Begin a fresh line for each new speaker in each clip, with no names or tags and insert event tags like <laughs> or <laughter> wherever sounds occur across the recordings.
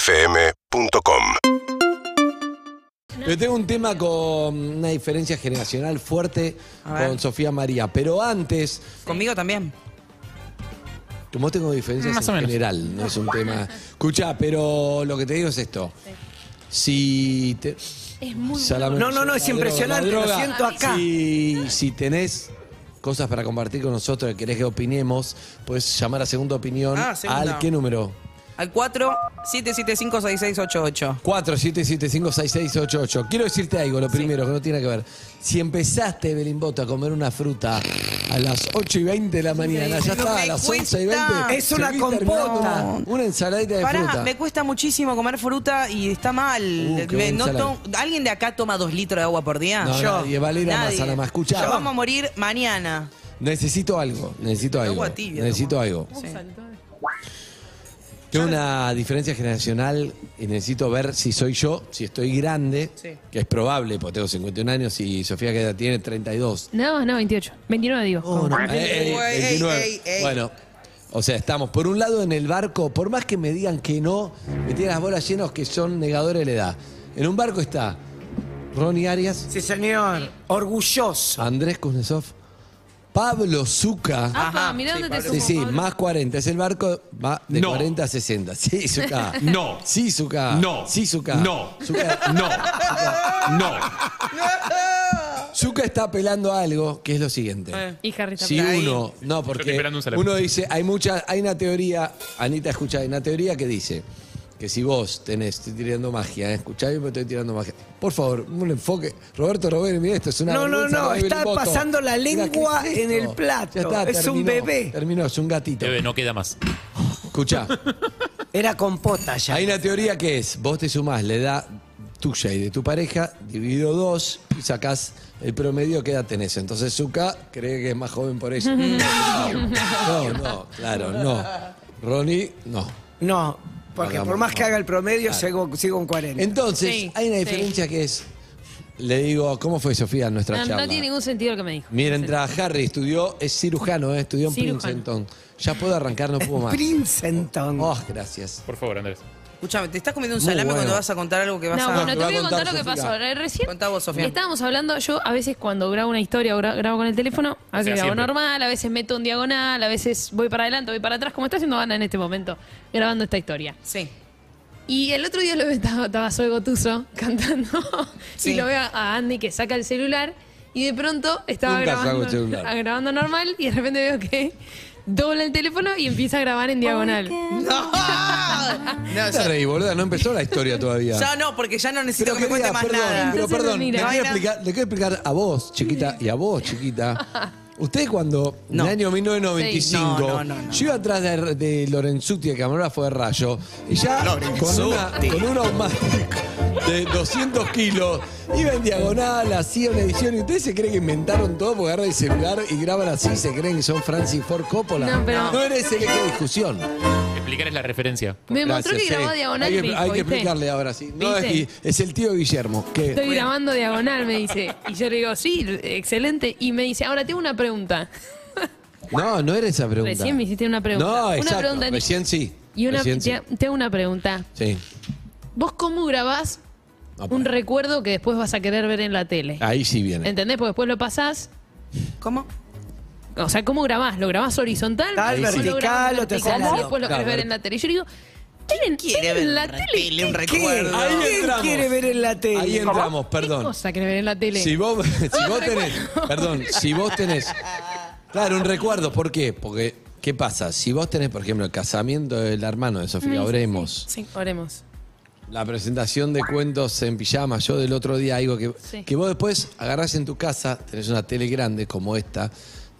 UrbanaPlayFM.com
Yo tengo un tema con una diferencia generacional fuerte
A ver.
con Sofía María, pero antes,
Conmigo también.
como tengo diferencias
Más
en
o menos.
general, no es un tema. Escucha, pero lo que te digo es esto. Si te-
Es muy
Salame-
No, no, no, es
la
impresionante,
droga, la
lo
droga.
siento acá.
Si, si tenés cosas para compartir con nosotros, que querés que opinemos, puedes llamar a segunda opinión.
Ah, segunda.
¿Al qué número?
Al 4 775 6688.
47756688. Quiero decirte algo, lo primero, que no tiene que ver. Si empezaste, Belimbota, a comer una fruta a las 8 y 20 de la mañana, ya
Pero
está,
me
a las
cuesta.
11 y 20.
Es
se
una
viste terminando
compota.
Una, una ensaladita de
Pará,
fruta.
me cuesta muchísimo comer fruta y está mal.
Uh, qué
Me-
buen
no
salado.
to- ¿Alguien de acá toma dos litros de agua por día?
No, Yo. nadie, Valera Massa, nada más. Escuchá.
Ya vamos a morir mañana.
Necesito algo, necesito algo.
Agua tibia,
necesito
toma.
algo.
Sí.
Tengo una diferencia generacional y necesito ver si soy yo, si estoy grande,
Sí.
que es probable, porque tengo 51 años y Sofía que tiene 32.
No, no, 28. 29 digo.
Eh, eh,
Ey, ey,
29.
ey, ey.
Bueno, o sea, estamos por un lado en el barco, por más que me digan que no, me tienen las bolas llenas que son negadores de la edad. En un barco está Ronnie Arias,
Sí, señor. Orgulloso.
Andrés Kuznetsov, Ah, Pablo Zucca.
Apa, mirá dónde te
Sí,
sumo,
sí,
Pablo.
más 40. Es el barco va de
No.
40 a 60. Sí, Zucca.
<laughs> No.
Sí, Zucca.
No.
Sí, Zucca.
No.
Zucca,
No, no.
Zucca está apelando a algo que es lo siguiente.
Eh.
Y Harry
Si
también.
uno, no,
estoy
porque
esperando un salame.
uno dice, hay muchas, hay una teoría, Anita, escucha, hay una teoría que dice que si vos tenés, estoy tirando magia, ¿eh? escuchá, yo me estoy tirando magia. Por favor, un enfoque. Roberto Robert, mira esto, es una
No, no,
vergüenza,
no,
Ravel
está
Boto.
pasando la
Mirá,
lengua
¿qué es esto?
en el plato.
Ya está,
Es un
terminó,
bebé.
Terminó, es un gatito.
Bebé, no queda más.
Escuchá.
Era compota ya.
Hay una teoría que es, vos te sumás la edad tuya y de tu pareja, dividido dos y sacás el promedio que edad tenés. Entonces Zuka cree que es más joven por
<laughs>
eso. No, no, claro, no. Ronnie, no.
No, porque
Hagamos,
por más que
no.
haga el promedio, sigo, sigo en 40.
Entonces,
Sí,
hay una
sí.
diferencia que es, le digo, ¿cómo fue Sofía en nuestra
No, no
charla?
tiene ningún sentido lo que me dijo.
Mientras Harry estudió, es cirujano, eh, estudió en
Cirujano.
Princeton. Ya puedo arrancar, no puedo más.
Princeton.
Oh, gracias.
Por favor, Andrés.
Escuchame, te estás comiendo un
Muy
salame
bueno.
cuando vas a contar algo que vas
No,
a.
bueno,
que
te
va a
voy a
contar
contar lo que
Sofía.
pasó. Eh, Recién
Contá vos, Sofía.
estábamos hablando, yo a veces cuando grabo una historia o gra- grabo con el teléfono, a veces
sea,
grabo
siempre.
normal, a veces meto un diagonal, a veces voy para adelante, voy para atrás, como está haciendo Ana en este momento, grabando esta historia.
Sí.
Y el otro día lo <laughs> veo, estaba, estaba Zoe Gotuso <laughs> cantando
Sí.
y lo veo a Andy que saca el celular y de pronto estaba
Nunca saco el
grabando,
celular.
<laughs> grabando normal y de repente veo que <laughs> dobla el teléfono y empieza a grabar en diagonal.
No, te reí, boluda, no empezó la historia todavía.
Ya no, porque ya no necesito
Pero
que me cuente
querida,
más
perdón,
nada.
pero
Entonces,
perdón,
mira.
le, quiero
Vaina.
explicar, le quiero explicar a vos, chiquita, y a vos,
<laughs>
chiquita. Usted cuando,
No.
en el año 1995,
Sí, no, no, no, no.
yo iba atrás de, de Lorenzutti, el camarógrafo de Rayo, y ya con, una, con un automático de 200 kilos, iba en diagonal, hacía una edición, y ustedes se creen que inventaron todo porque agarran el celular y graban así, se creen que son Francis Ford Coppola.
No, pero-
no eres el que discusión.
Explicar es la referencia.
Me mostró que
Gracias,
grabó
sí.
diagonal.
Hay
y
que,
me dijo,
hay que
¿viste?
explicarle ahora sí. No, es,
¿Viste?
es el tío Guillermo, que
Estoy grabando diagonal, me dice. Y yo le digo, sí, excelente. Y me dice, ahora tengo una pregunta.
No, no era esa pregunta.
Recién me hiciste una pregunta.
No,
Una
exacto.
pregunta en-
Recién sí.
Y una,
Recién sí.
te- tengo una pregunta.
Sí.
¿Vos cómo grabás
No,
un
para.
recuerdo que después vas a querer ver en la tele?
Ahí sí viene.
¿Entendés? Porque después lo pasás.
¿Cómo?
O sea, ¿cómo grabás? ¿lo grabás horizontal?
Tal,
¿O lo
vertical,
grabás
o te
vertical?
haces la
Después lo
loca.
querés ver en la tele. Y yo le digo, ¿quién
quiere ver
en la
en la
tele?
tele un
¿Qué?
recuerdo?
Ahí
¿Quién
entramos.
quiere ver en la tele?
Ahí entramos,
¿Qué
perdón.
cosa querés ver en la tele?
Si vos, <laughs> si vos tenés. Perdón, si vos tenés. Claro, un recuerdo. ¿Por qué? Porque, ¿qué pasa? Si vos tenés, por ejemplo, el casamiento del hermano de Sofía Oremos,
Sí, oremos.
la presentación de cuentos en pijama, yo del otro día, algo que,
Sí.
que vos después agarrás en tu casa, tenés una tele grande como esta,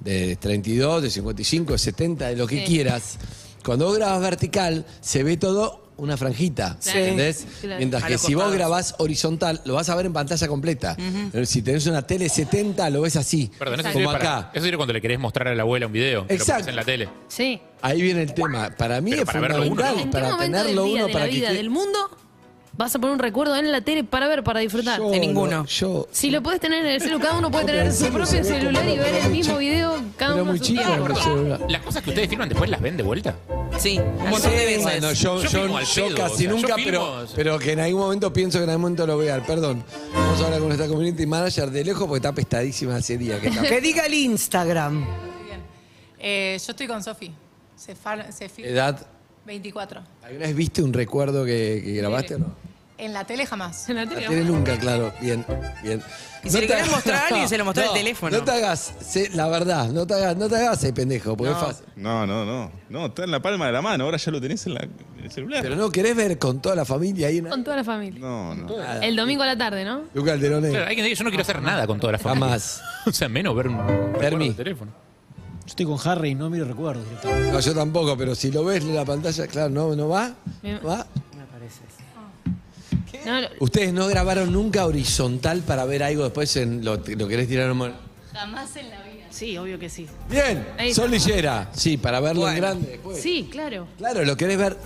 de 32, de 55, de 70, de lo que
Sí.
quieras. Cuando vos grabas vertical, se ve todo una franjita,
Claro.
¿entendés?
Claro.
Mientras
A
que
los
si vos
costados.
grabás horizontal, lo vas a ver en pantalla completa. Pero Si tenés una tele 70, lo ves así,
Perdón, eso
como
sirve, para-
acá.
eso sirve cuando le querés mostrar a la abuela un video. que lo
Exacto.
pones en la tele.
Sí.
Ahí viene el tema. Para mí
Pero
es
para verlo uno,
fundamental,
¿no?
¿En qué
para
momento
tenerlo
del día,
uno,
de
para
la vida,
que...
del mundo, vas a poner un recuerdo en la tele para ver, para disfrutar.
Yo
en ninguno.
no, yo.
Si lo puedes tener en el celular, cada uno puede
Yo
tener
pensé
su
en
propio
eso, era como
celular y
una
ver
cosa
el mismo
muy
video cada
Era
uno a
muy
su
chico
tiempo.
el celular.
Las cosas que ustedes firman después las ven de vuelta.
Sí, un montón de veces.
Bueno,
Yo
yo, yo-
firmo al
yo
pedo,
casi
o sea, yo
nunca,
firmo,
pero,
o sea.
pero que en algún momento pienso que en algún momento lo voy a ver. Perdón. Vamos a hablar con nuestra community manager de lejos porque está pestadísima hace día que
<laughs>
está.
Que diga el Instagram.
Eh, yo estoy con Sofi. Se, far- se fi-
¿Edad?
24.
¿Alguna vez viste un recuerdo que, que grabaste o no?
En la tele jamás.
En la
La
tele,
tele nunca, claro. Bien, bien.
Y si le
te
querés
hagas-
mostrar a alguien, se lo mostró el teléfono.
<laughs> No te hagas, se- la verdad, no te hagas, no te hagas el pendejo, porque es fácil.
No, no, no. No, está en la palma de la mano. Ahora ya lo tenés en, la, en el celular.
Pero no querés ver con toda la familia ahí. ¿no?
Con toda la familia.
No, no.
El domingo a la tarde, ¿no?
Luca Alderone.
Claro, hay quien dice, yo no quiero hacer nada con toda la familia.
Jamás.
<laughs> O sea, menos ver un recuerdo
Fermi.
de teléfono.
Yo estoy con Harry, no miro recuerdos. directamente.
No, yo tampoco, pero si lo ves en la pantalla, claro, no, no va.
Bien.
¿Va?
No, lo-
¿Ustedes no grabaron nunca horizontal para ver algo después en lo, lo querés tirar un mon-
Jamás en la vida.
sí, obvio que sí.
Bien,
Ahí está.
Sol Lillera. Sí, para verlo en grande después.
Sí, claro.
Claro, lo querés ver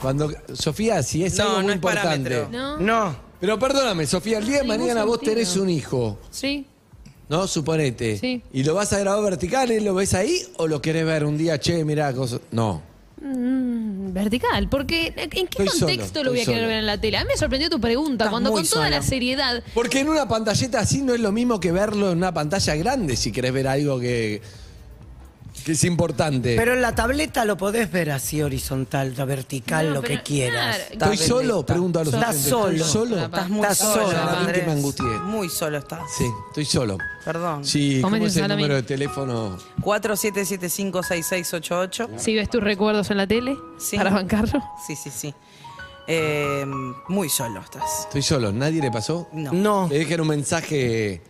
cuando. Sofía, si es
No,
algo muy
no es
importante.
parámetro.
¿No?
No.
Pero perdóname, Sofía, el día de
Ningún
mañana vos
sentido.
tenés un hijo,
Sí.
¿no? Suponete.
Sí.
¿Y lo vas a grabar vertical, eh? lo ves ahí o lo querés ver un día, che, mirá, cosa? No.
Mm, Vertical, porque ¿en qué
Estoy
contexto
solo,
lo voy a
estoy
querer
solo.
ver en la tele? A mí me sorprendió tu pregunta,
Estás
cuando
muy
con toda
solo.
la seriedad
Porque en una pantalleta así no es lo mismo que verlo en una pantalla grande si querés ver algo que, que es importante.
Pero en la tableta lo podés ver así horizontal, lo vertical,
No,
lo
pero-
que quieras.
claro.
¿Estoy
Tableta.
solo? Pregunto a los
Estás
oyentes,
solo.
¿Estoy solo?
Estás
muy
Estás
solo,
solo,
Martín, que
Andrés.
me angustié.
Muy solo estás.
Sí, estoy solo.
Perdón.
Sí, ¿cómo
Comete
es el
salami.
número de teléfono?
47756688.
Si ves tus recuerdos en la tele
Sí.
para bancarlo.
Sí, sí, sí. Eh, muy solo estás.
Estoy solo. ¿Nadie le pasó?
No.
No,
Le dejen un mensaje.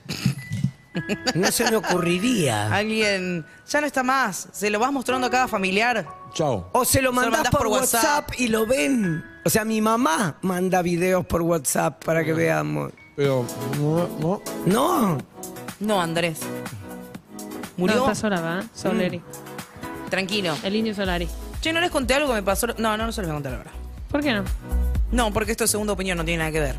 no se me ocurriría.
Alguien ya no está más. Se lo vas mostrando a cada familiar.
Chao.
O se lo
Se lo
mandás,
mandás
por,
por
WhatsApp.
WhatsApp.
y lo ven. O sea, mi mamá manda videos por WhatsApp para
Ah.
que veamos.
Pero. No, no.
No,
No, Andrés. Murió.
No, está sola, ¿va? Soleri.
Tranquilo.
El indio Solari.
Che, no les conté algo que me pasó. No, no, no se los voy a contar ahora.
¿Por qué no?
No, porque esto es segunda opinión, no tiene nada que ver.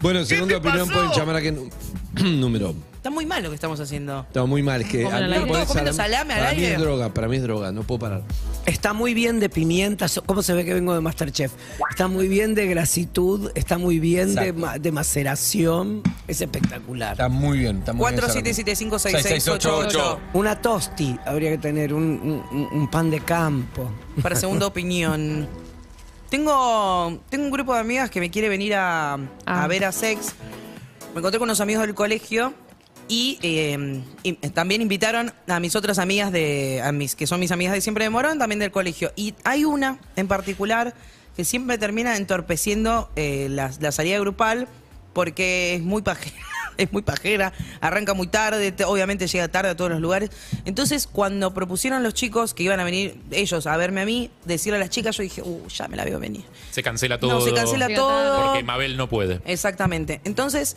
Bueno, segunda opinión pueden llamar a qué nu- <clears throat> número.
Está muy mal lo que estamos haciendo.
Está muy mal. es Que
Comen
a
al
mí me
aire.
pones
Todos comiendo salame al
para mí
aire.
es droga, para mí es droga, no puedo parar.
Está muy bien de pimienta, so- ¿cómo se ve que vengo de Masterchef? Está muy bien de grasitud, está muy bien de,
Exacto.
ma- de maceración, es espectacular.
Está muy bien, está muy bien.
47756688.
Una tosti habría que tener, un, un- un pan de campo.
Para segunda opinión. Tengo, tengo un grupo de amigas que me quiere venir a, a
Ah.
ver a sex. Me encontré con unos amigos del colegio y, eh, y también invitaron a mis otras amigas de, a mis, que son mis amigas de siempre de Morón, también del colegio. Y hay una en particular que siempre termina entorpeciendo eh, la, la salida grupal porque es muy pajera. <laughs> Es muy pajera, arranca muy tarde, te- obviamente llega tarde a todos los lugares. Entonces, cuando propusieron los chicos que iban a venir ellos a verme a mí, decirle a las chicas, yo dije, uh, ya me la veo venir.
Se cancela todo.
No, se cancela
Llega
todo.
Porque Mabel no puede.
Exactamente. Entonces,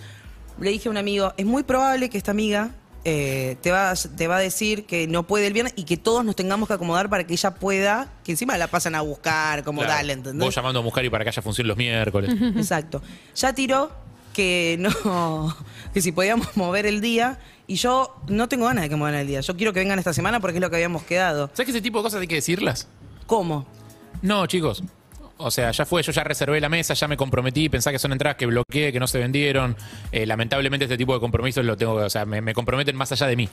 le dije a un amigo, es muy probable que esta amiga eh, te, va, a- te va a decir que no puede el viernes y que todos nos tengamos que acomodar para que ella pueda, que encima la pasan a buscar, como
Claro.
dale, ¿entendés?
Vos llamando a Muscari para que haya función los miércoles.
Exacto. Ya tiró que no, <laughs> que si podíamos mover el día. Y yo no tengo ganas de que muevan el día. Yo quiero que vengan esta semana porque es lo que habíamos quedado.
¿Sabes que ese tipo de cosas hay que decirlas?
¿Cómo?
No, chicos. O sea, ya fue, yo ya reservé la mesa, ya me comprometí, pensá que son entradas que bloqueé, que no se vendieron. Eh, lamentablemente este tipo de compromisos lo tengo, o sea, me, me comprometen más allá de mí.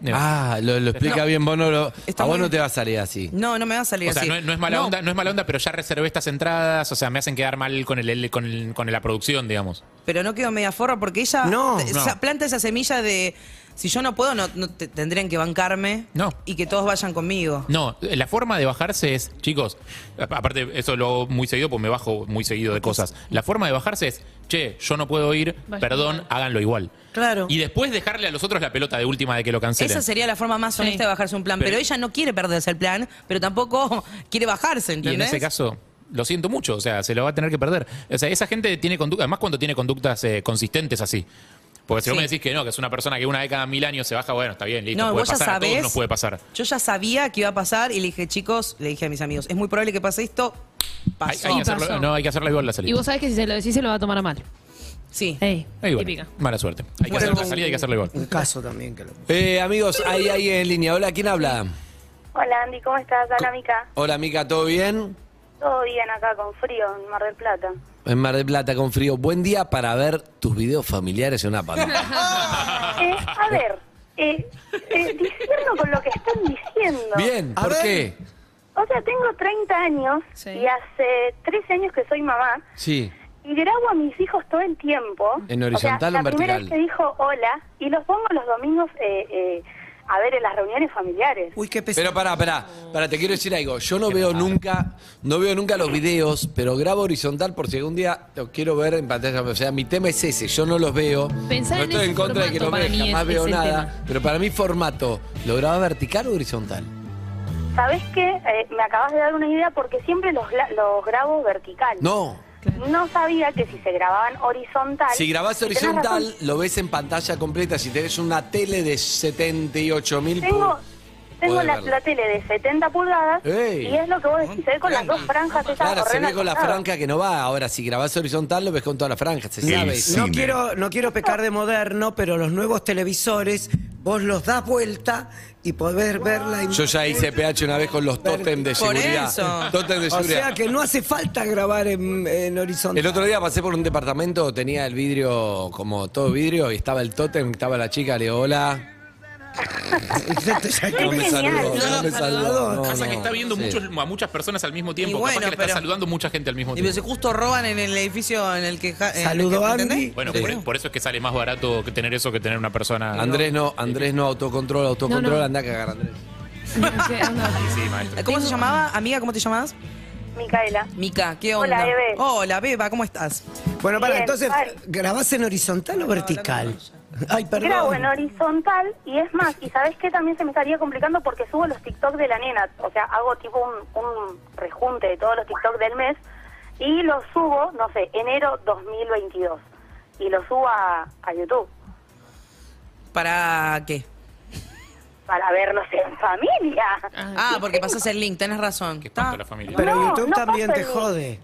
Eh, Digo,
Ah, lo, lo explica
No.
bien, vos no lo-
Está
a vos
muy-
no te va a salir así.
No, no me va a salir
o sea,
así.
no, es- no es mala onda, no es mala onda, pero ya reservé estas entradas, o sea, me hacen quedar mal con el, el- con, el- con la producción, digamos.
Pero no quedó media forra porque ella
No,
te-
no.
sa- planta esa semilla de si yo no puedo, no, no te- tendrían que bancarme
No.
y que todos vayan conmigo.
No, la forma de bajarse es, chicos, a- aparte eso lo hago muy seguido, pues me bajo muy seguido de cosas. La forma de bajarse es, che, yo no puedo ir,
Vayan
perdón,
igual.
háganlo igual.
Claro.
Y después dejarle a los otros la pelota de última de que lo cancelen.
Esa sería la forma más
Sí.
honesta de bajarse un plan. Pero,
Pero-
ella no quiere perderse el plan, pero tampoco <laughs> quiere bajarse,
Y
¿entendés?
en ese caso, lo siento mucho, o sea, se lo va a tener que perder. O sea, esa gente tiene conducta, además cuando tiene conductas eh, consistentes así. Porque si vos
Sí.
me decís que no, que es una persona que una vez cada mil años se baja, bueno, está bien, listo,
No,
puede
vos ya
pasar, a todos
sabés.
nos puede pasar.
Yo ya sabía que iba a pasar y le dije, chicos, le dije a mis amigos, es muy probable que pase esto,
Hay,
Pasó.
hay que
pasó.
hacerlo, no, hay que hacerla igual la salida.
Y vos sabés que si se lo decís se lo va a tomar a mal.
Sí.
Ey,
Eh, bueno,
típica.
mala suerte. Hay que
Bueno,
hacer la salida, hay que hacerla igual.
Un caso también que lo.
Eh, amigos, hay alguien en línea. Hola, ¿quién habla?
Hola Andy, ¿cómo estás? Habla Mica.
Hola, Mica, ¿todo bien?
Todo bien acá con frío en Mar del Plata.
En Mar del Plata con frío. Buen día para ver tus videos familiares en una
<laughs>
pantalla.
Eh, a ver, eh, eh, discierno con lo que están diciendo.
Bien,
A
¿por
ver.
qué?
O sea, tengo 30 años
Sí. <laughs>
y hace 13 años que soy mamá
Sí.
y grabo a mis hijos todo el tiempo.
¿En horizontal
o, sea,
o en
la primera
vertical?
vez que dijo hola y los pongo los domingos eh, eh, a ver en las reuniones familiares.
Uy, qué pesado.
Pero pará, pará, pará, te quiero decir algo. Yo no veo nunca, no veo nunca los videos, pero grabo horizontal por si algún día los quiero ver en pantalla. O sea, mi tema es ese, yo no los veo.
Pensá
no
en
estoy
ese
en contra de que los
formato,
veas,
para mí
jamás
es-
veo
es el
nada.
tema.
Pero para mí formato, ¿lo grabás vertical o horizontal?
¿Sabes qué? Eh, me acabas de dar una idea porque siempre los, la- los grabo vertical.
No.
No sabía que si se grababan horizontal.
Si grabás
y tenés razón,
horizontal, lo ves en pantalla completa. Si tenés una tele de 78 mil...
Tengo, tengo
Podés
la,
verlo.
la tele de 70 pulgadas
Ey.
y es lo que vos decís, se ve con las dos franjas esas
Claro, se
corriendo
ve con la
al costado.
franja que no va. Ahora, si grabás horizontal, lo ves con toda la franja. Se
Sí.
sabe.
Sí.
No
Cine.
quiero, no quiero pecar de moderno, pero los nuevos televisores, vos los das vuelta y podés ver la imagen.
Yo ya hice PH una vez con los tótem de
Por
seguridad.
eso.
Tótem de
O
seguridad.
sea que no hace falta grabar en, en horizontal. <laughs>
El otro <laughs> día pasé por un departamento, tenía el vidrio como todo vidrio y estaba el tótem, estaba la chica, le digo, hola.
Exacto, ya que
No me
me-
saludó,
No,
no me
no,
saludó. no,
Pasa que
no.
está viendo
Sí.
muchos- a muchas personas al mismo tiempo.
Y bueno,
Capaz que le está
pero-
saludando mucha gente al mismo
Y pues
tiempo.
justo roban en el edificio en el que... ja- en el que-
Saludo,
¿entendés?
Andy.
Bueno, por, por eso es que sale más barato que tener eso que tener una persona.
Andrés no, Andrés no, autocontrol, autocontrol,
No, no.
anda a cagar, Andrés.
Sí, maestro.
¿Cómo se llamaba? Amiga, ¿cómo te llamabas?
Micaela.
Mica, ¿qué onda?
Hola, Eve.
Hola, Beba, ¿cómo estás?
Bueno, para,
Bien,
entonces,
vale.
¿grabás en horizontal o vertical? Ay, perdón.
Grabo en horizontal y es más, y sabes qué también se me estaría complicando porque subo los TikTok de la nena, o sea, hago tipo un, un rejunte de todos los TikTok del mes y los subo, no sé, enero 2022 y los subo a, a YouTube
¿Para qué?
para verlos en familia.
Ah, porque pasas el link, tenés razón. Ah,
Que
Está.
espanto la familia.
Pero
No,
YouTube
no
también
pasa
te
el-
jode.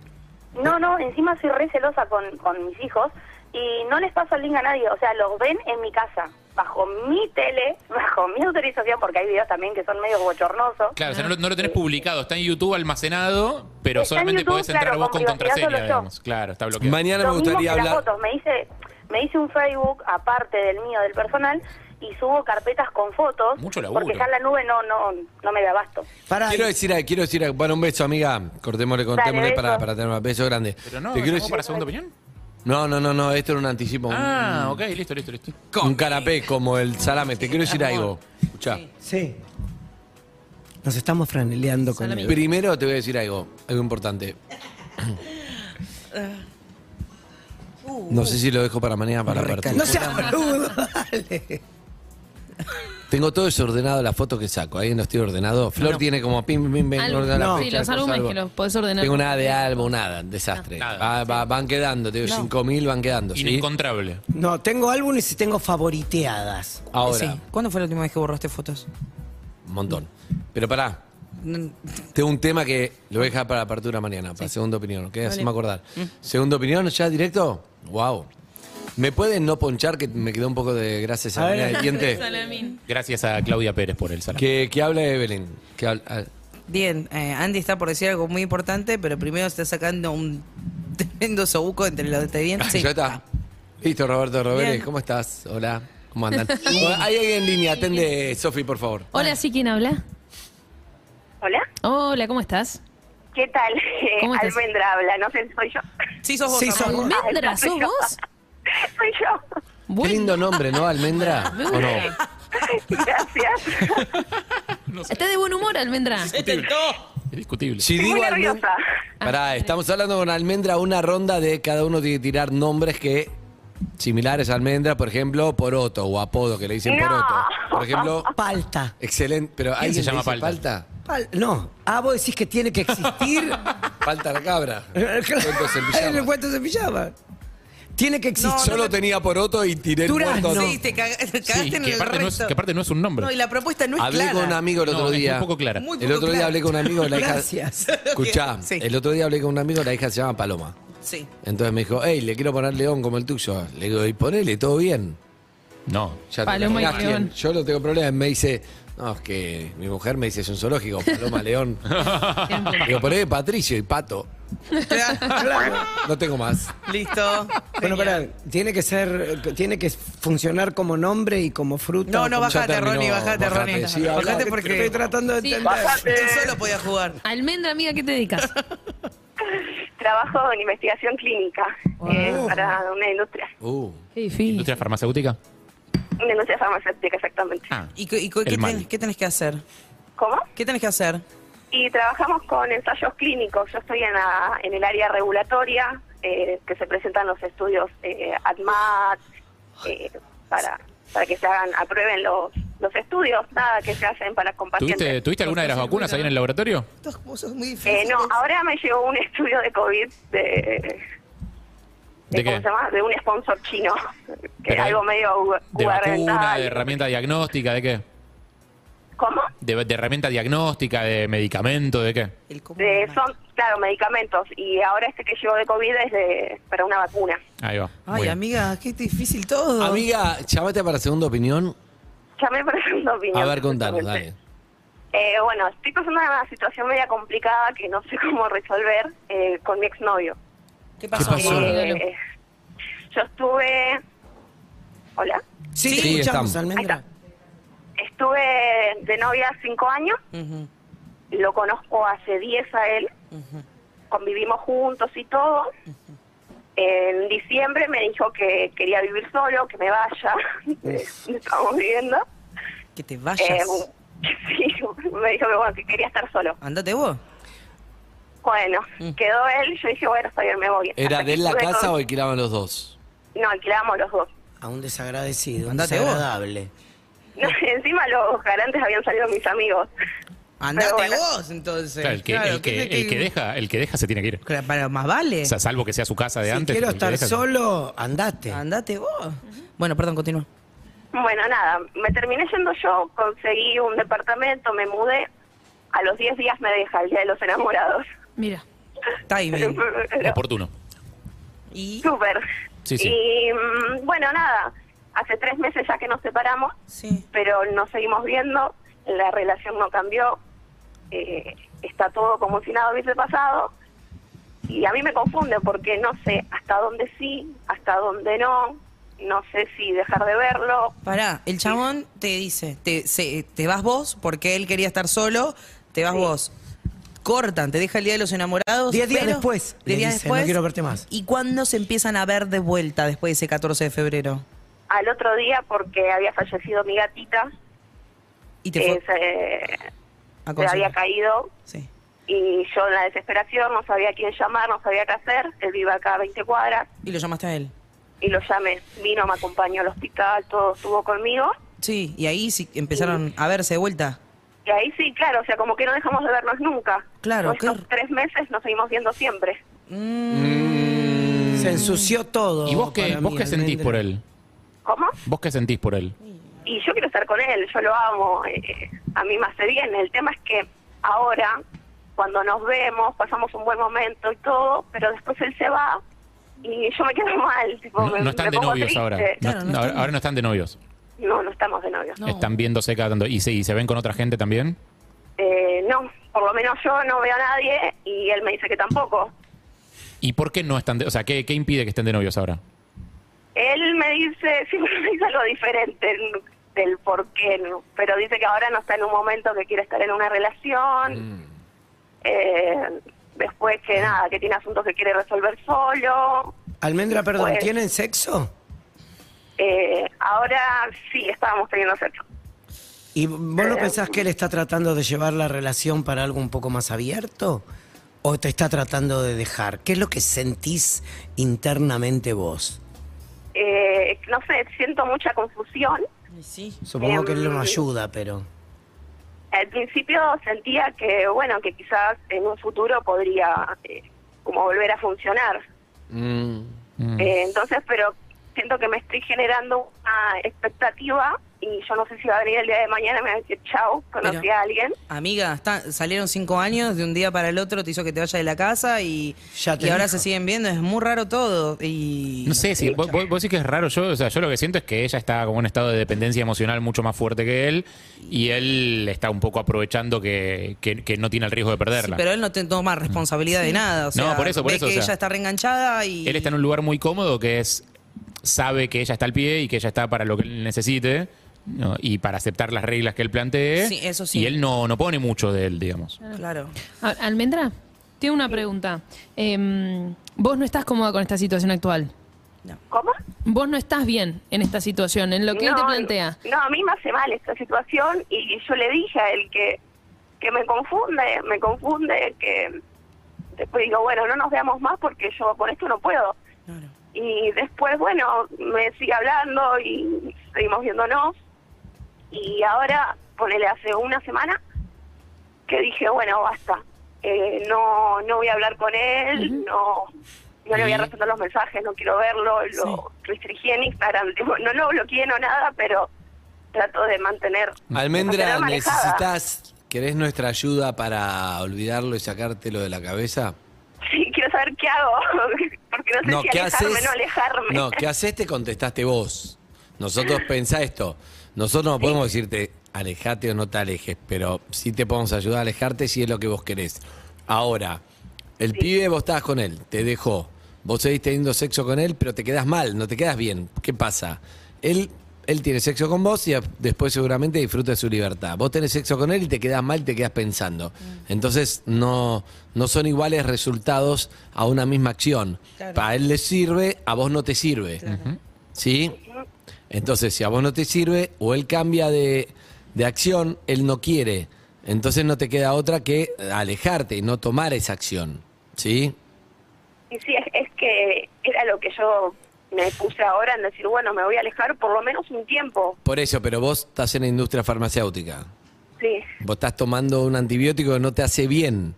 No, no, encima soy re celosa con, con mis hijos y no les paso el link a nadie, o sea, los ven en mi casa, bajo mi tele, <laughs> bajo mi autorización, porque hay videos también que son medio bochornosos.
Claro, o sea, no lo, no lo tenés publicado, está en YouTube almacenado, pero
Ah. Está en
solamente
YouTube,
podés entrar
claro,
vos
con
con contraseña,
privacidad solo yo.
digamos. Claro, está bloqueado.
Mañana
Lo
me
mismo
gustaría
que las
hablar.
fotos, me hice, me hice un Facebook aparte del mío, del personal, y subo carpetas con fotos,
Mucho laburo.
porque ya en la nube no, no, no me da abasto.
Pará,
Quiero decir, algo, quiero decir, algo. bueno, un beso, amiga. Cortémosle, cortémosle
beso.
para, para tener un beso grande.
Pero no,
Te quiero
¿llamó
decir-
para segunda opinión?
No, no, no, no, esto era un anticipo. un-
Ah, ok, listo, listo, listo.
Un carapé como el salame. Te quiero decir algo. Escuchá.
Sí. Nos estamos franeleando con él.
Primero te voy a decir algo, algo importante. No sé si lo dejo para mañana para verte.
No seas boludo, dale.
Tengo todo desordenado las fotos que saco. Ahí no estoy ordenado. Flor tiene como pim, pim, pim,
Al-
ordena la
no.
fecha,
Sí, los
cosa,
álbumes
algo.
que los podés ordenar.
Tengo nada de álbum, nada, desastre.
Nada.
Va- va- van quedando, te digo, 5.000 van quedando. ¿sí?
Inencontrable.
No, tengo álbumes y tengo favoriteadas.
Ahora,
Sí. ¿Cuándo fue la última vez que borraste fotos?
un montón. Pero pará, Tengo un tema que lo voy a dejar para apertura mañana, para segunda opinión, ¿ok? Así me acordar.
Mm.
Segunda opinión, ya directo. Wow. ¿Me pueden no ponchar que me quedó un poco de gracias a
A
María
ver.
del
<laughs>
diente?
Salamín.
Gracias a Claudia Pérez por el saludo.
Que, que hable Evelyn. Que hable- ah,
Bien, eh, Andy está por decir algo muy importante, pero primero está sacando un <laughs> tremendo sobuco entre los dientes. Ah, Sí.
Ya está. Listo, Roberto Roberes,
Bien.
¿cómo estás? Hola, ¿cómo
<laughs>
andan? Bueno, Hay alguien en línea, atende Sofi, por favor.
Hola, sí, ¿quién habla?
Hola,
Hola, ¿cómo estás?
¿qué tal?
<laughs> ¿Cómo estás?
Almendra habla, no sé, soy yo. <laughs>
Sí, sos vos.
Sí, sos
amor.
vos.
¿Almendra, sos vos?
soy yo.
Qué
Bueno.
lindo nombre, ¿no?
<laughs>
Almendra. ¿O no?
Gracias.
Está de buen humor, Almendra.
Es discutible.
Si
Muy
digo almendra.
nerviosa.
Ah,
Pará, estamos hablando con Almendra una ronda de cada uno tiene que tirar nombres que similares a Almendra, por ejemplo, Poroto o apodo que le dicen
No.
Poroto. Por ejemplo,
Palta.
excelente, pero ¿alguien
se
le
llama
dice
Palta?
Palta?
Pal- no. Ah, vos decís que tiene que existir.
Palta la cabra.
<laughs>
Claro.
Cuentos en
El
pijama.
cuento se pijama. Tiene que existir.
Yo lo tenía por otro y tiré el
Durazno.
muerto.
Sí, te caga- te cagaste
Sí,
en
que
el
aparte, no es,
resto.
que aparte no es un nombre.
No, y la propuesta no es
Hablé
clara.
con un amigo el otro
No, es muy
día.
poco clara.
Muy
el
poco
otro día
clara.
hablé con un amigo, la hija.
Gracias.
Escuchá,
Sí.
el otro día hablé con un amigo, la hija se llama Paloma.
Sí. <laughs>
Entonces me dijo, hey, le quiero poner León como el tuyo. Le digo, y ponele, todo bien.
No.
Ya te
Paloma y
imaginas
León.
quién. Yo no tengo problemas. Me dice, no, es que mi mujer me dice, es un zoológico, Paloma León. <laughs>
Siempre.
Digo, ponele Patricio y Pato. No tengo más.
Listo.
Bueno, pará, tiene que ser, eh, tiene que funcionar como nombre y como fruta.
No, no,
como-
Ya
bajate,
terminó,
Ronnie, bajate,
bajate,
Ronnie.
sí, hablá.
bajate
Estoy
porque
tratando de
Sí.
entender.
<laughs> tú solo podías jugar.
Almendra, amiga, ¿qué te dedicas?
Trabajo en investigación clínica eh, para una industria,
Uh,
<laughs> Qué difícil.
¿Industria farmacéutica?
una industria farmacéutica exactamente.
Ah.
¿Y, qué- y qué-
El
qué,
mal.
ten- qué tenés que hacer?
¿Cómo?
¿Qué tenés que hacer?
Y trabajamos con ensayos clínicos. Yo estoy en, la- en el área regulatoria, eh, que se presentan los estudios eh, ADMAT, eh, para, para que se hagan, aprueben los, los estudios, nada que se hacen para con
¿Tuviste,
pacientes.
¿Tuviste alguna de las vacunas ahí en el laboratorio?
Estos vos sos muy
Eh,
difíciles.
no, ahora me llegó un estudio de COVID de...
¿De
¿Cómo
qué?
se llama? De un sponsor chino. Que
Pero
algo
de-
medio
¿De vacuna,
gubernamental.
de herramienta diagnóstica, de qué?
¿Cómo?
De, de herramienta diagnóstica, de medicamento, de qué?
El cómo
De-
no.
son, claro, medicamentos. Y ahora este que llegó de COVID es de, para una vacuna.
Ahí va. Muy
Ay,
bien.
amiga, qué difícil todo.
Amiga, llamate para segunda opinión.
Llamé para hacer una opinión.
A ver, contanos, dale.
justamente. Eh, bueno, estoy pasando una situación media complicada que no sé <laughs> cómo resolver eh, con mi exnovio.
¿Qué pasó?
¿Qué pasó?
Eh,
Claro.
Eh, yo estuve... Hola.
Sí,
Sí,
te escuchamos,
estamos.
Almendra.
Estuve de novia cinco años.
Mm.
ujú.
Lo conozco hace 10 a él. Convivimos juntos y todo. En diciembre me dijo que quería vivir solo, que me vaya. <laughs> Estamos viviendo.
Que te
Eh, <laughs>
vayas.
sí, me dijo que, bueno, que quería estar solo.
Andate vos.
Bueno, quedó él. Yo dije, bueno, está bien, me voy.
Mm. ¿Era
Hasta
de
que
él la
estuve con-
casa o alquilaban los dos?
No, alquilábamos los dos.
A un desagradecido, un
Andate vos.
desagradable.
No,
Mm.
<laughs> encima los garantes habían salido mis amigos.
Andate
bueno.
vos, entonces.
Claro, el, que,
Claro,
el, que,
¿qué- qué-
el que deja, el que deja se tiene que ir.
Claro, Para más vale.
O sea, salvo que sea su casa de
Si
antes.
quiero
el que
estar
deja-
solo, andate.
Andate vos. Bueno, perdón, continúa.
Bueno, nada, me terminé yendo yo, conseguí un departamento, me mudé. A los 10 días me deja el día de los enamorados.
Mira.
<laughs>
Timing.
Oportuno.
Y.
Súper.
Sí, sí.
Y mm, bueno, nada, hace tres meses ya que nos separamos,
Sí.
pero nos seguimos viendo, la relación no cambió, eh, está todo como si nada hubiese pasado. Y a mí me confunde porque no sé hasta dónde sí, hasta dónde no, no sé si dejar de verlo.
Pará, el chabón te dice, te, se- te vas vos porque él quería estar solo, te vas vos. Cortan, te deja el día de los enamorados.
Diez días
pero-
después,
Diez
le
días
dice,
después.
"No quiero verte más".
¿Y cuándo se empiezan a ver de vuelta después de ese 14 de febrero?
Al otro día porque había fallecido mi gatita,
Y te
que
fue
se,
a
se había
consolar.
caído
Sí.
y yo en la desesperación no sabía a quién llamar, no sabía qué hacer, él vive acá a 20 cuadras.
Y lo llamaste a él.
y lo llamé. Vino, me acompañó al hospital, todo estuvo conmigo.
Sí, y ahí sí empezaron a verse de vuelta.
Y ahí sí, claro, o sea, como que no dejamos de vernos nunca.
Claro,
Por estos
qué-
tres meses nos seguimos viendo siempre.
Se ensució todo.
¿Y vos qué,
para
vos
mí,
qué sentís
Almendra.
por él?
¿Cómo?
¿Vos qué sentís por él?
Y yo quiero estar con él, yo lo amo, eh, a mí me hace bien. El tema es que ahora, cuando nos vemos, pasamos un buen momento y todo, pero después él se va y yo me quedo <laughs> mal. Tipo,
No,
me-
no están
me
de
pongo
novios
triste.
ahora. No-
Claro, no
no,
están.
ahora no están de novios.
No, no estamos de novios.
Están viéndose cada tanto. ¿Y se, y se ven con otra gente también?
Eh, no, por lo menos yo no veo a nadie y él me dice que tampoco.
¿Y por qué no están de O sea, ¿qué, qué impide que estén de novios ahora?
Él me dice, <laughs> siempre me dice algo diferente n- del por qué, ¿no? pero dice que ahora no está en un momento que quiere estar en una relación. Eh, después que nada, que tiene asuntos que quiere resolver solo.
Almendra, perdón,
Pues-
¿tienen sexo?
Eh, ahora sí, estábamos teniendo sexo.
¿Y vos no pensás que él está tratando de llevar la relación para algo un poco más abierto? ¿O te está tratando de dejar? ¿Qué es lo que sentís internamente vos?
Eh, no sé, siento mucha confusión.
Sí.
Supongo que él no
Em,
ayuda, pero...
Al principio sentía que, bueno, que quizás en un futuro podría eh, como volver a funcionar.
Mm.
Eh, entonces, pero siento que me estoy generando una expectativa y yo no sé si va a venir el día de mañana y me va a decir, chao, conocí
Pero-
a alguien.
Amiga, está- salieron cinco años, de un día para el otro te hizo que te vayas de la casa y,
Ya
y
te
ahora
dijo.
se siguen viendo, es muy raro todo. Y
No sé, si vos, vos- vos decís que es raro. Yo, o sea, yo lo que siento es que ella está como en un estado de dependencia emocional mucho más fuerte que él y él está un poco aprovechando que, que- que no tiene el riesgo de
Sí,
perderla.
pero él no te toma responsabilidad de nada. O sea,
por eso, por
ve
eso,
que
o sea.
ella está reenganchada y.
Él está en un lugar muy cómodo que es. sabe que ella está al pie y que ella está para lo que él necesite ¿no? y para aceptar las reglas que él plantee.
Sí, eso sí.
Y él no, no pone mucho de él, digamos.
Claro.
A- Almendra, tengo una pregunta. Em, vos no estás cómoda con esta situación actual.
¿Cómo?
Vos no estás bien en esta situación, en lo que él te
No,
plantea.
No, a mí me hace mal esta situación y yo le dije a él que, que me confunde, me confunde, que después digo, bueno, no nos veamos más porque yo por esto no puedo. Y después, bueno, me sigue hablando y seguimos viéndonos. Y ahora, ponele hace una semana que dije, bueno, basta. Eh, no no voy a hablar con él, no no le voy a
Y-
responder los mensajes, no quiero verlo, lo restringí en Instagram. Tipo, no lo bloqueé, no nada, pero trato de mantener.
Almendra,
mantener manejada.
¿necesitas, querés nuestra ayuda para olvidarlo y sacártelo de la cabeza?
Sí, quiero saber qué hago. <laughs> Porque no sé si alejarme, no alejarme.
No, ¿qué haces? Te contestaste vos. Nosotros pensá esto. Nosotros no podemos decirte alejate o no te alejes, pero sí te podemos ayudar a alejarte si es lo que vos querés. Ahora, el pibe vos estabas con él, te dejó. Vos seguís teniendo sexo con él, pero te quedás mal, no te quedas bien. ¿Qué pasa? Él, él tiene sexo con vos y a- después seguramente disfruta de su libertad. Vos tenés sexo con él y te quedás mal y te quedás pensando. Entonces no, no son iguales resultados a una misma acción. Para él le sirve, a vos no te sirve. ¿Sí? Entonces, si a vos no te sirve, o él cambia de, de acción, él no quiere. Entonces no te queda otra que alejarte y no tomar esa acción. ¿Sí?
Y sí, es, es que era lo que yo me puse ahora en decir, bueno, me voy a alejar por lo menos un tiempo.
Por eso, pero vos estás en la industria farmacéutica.
Sí, <laughs>
Vos estás tomando un antibiótico que no te hace bien.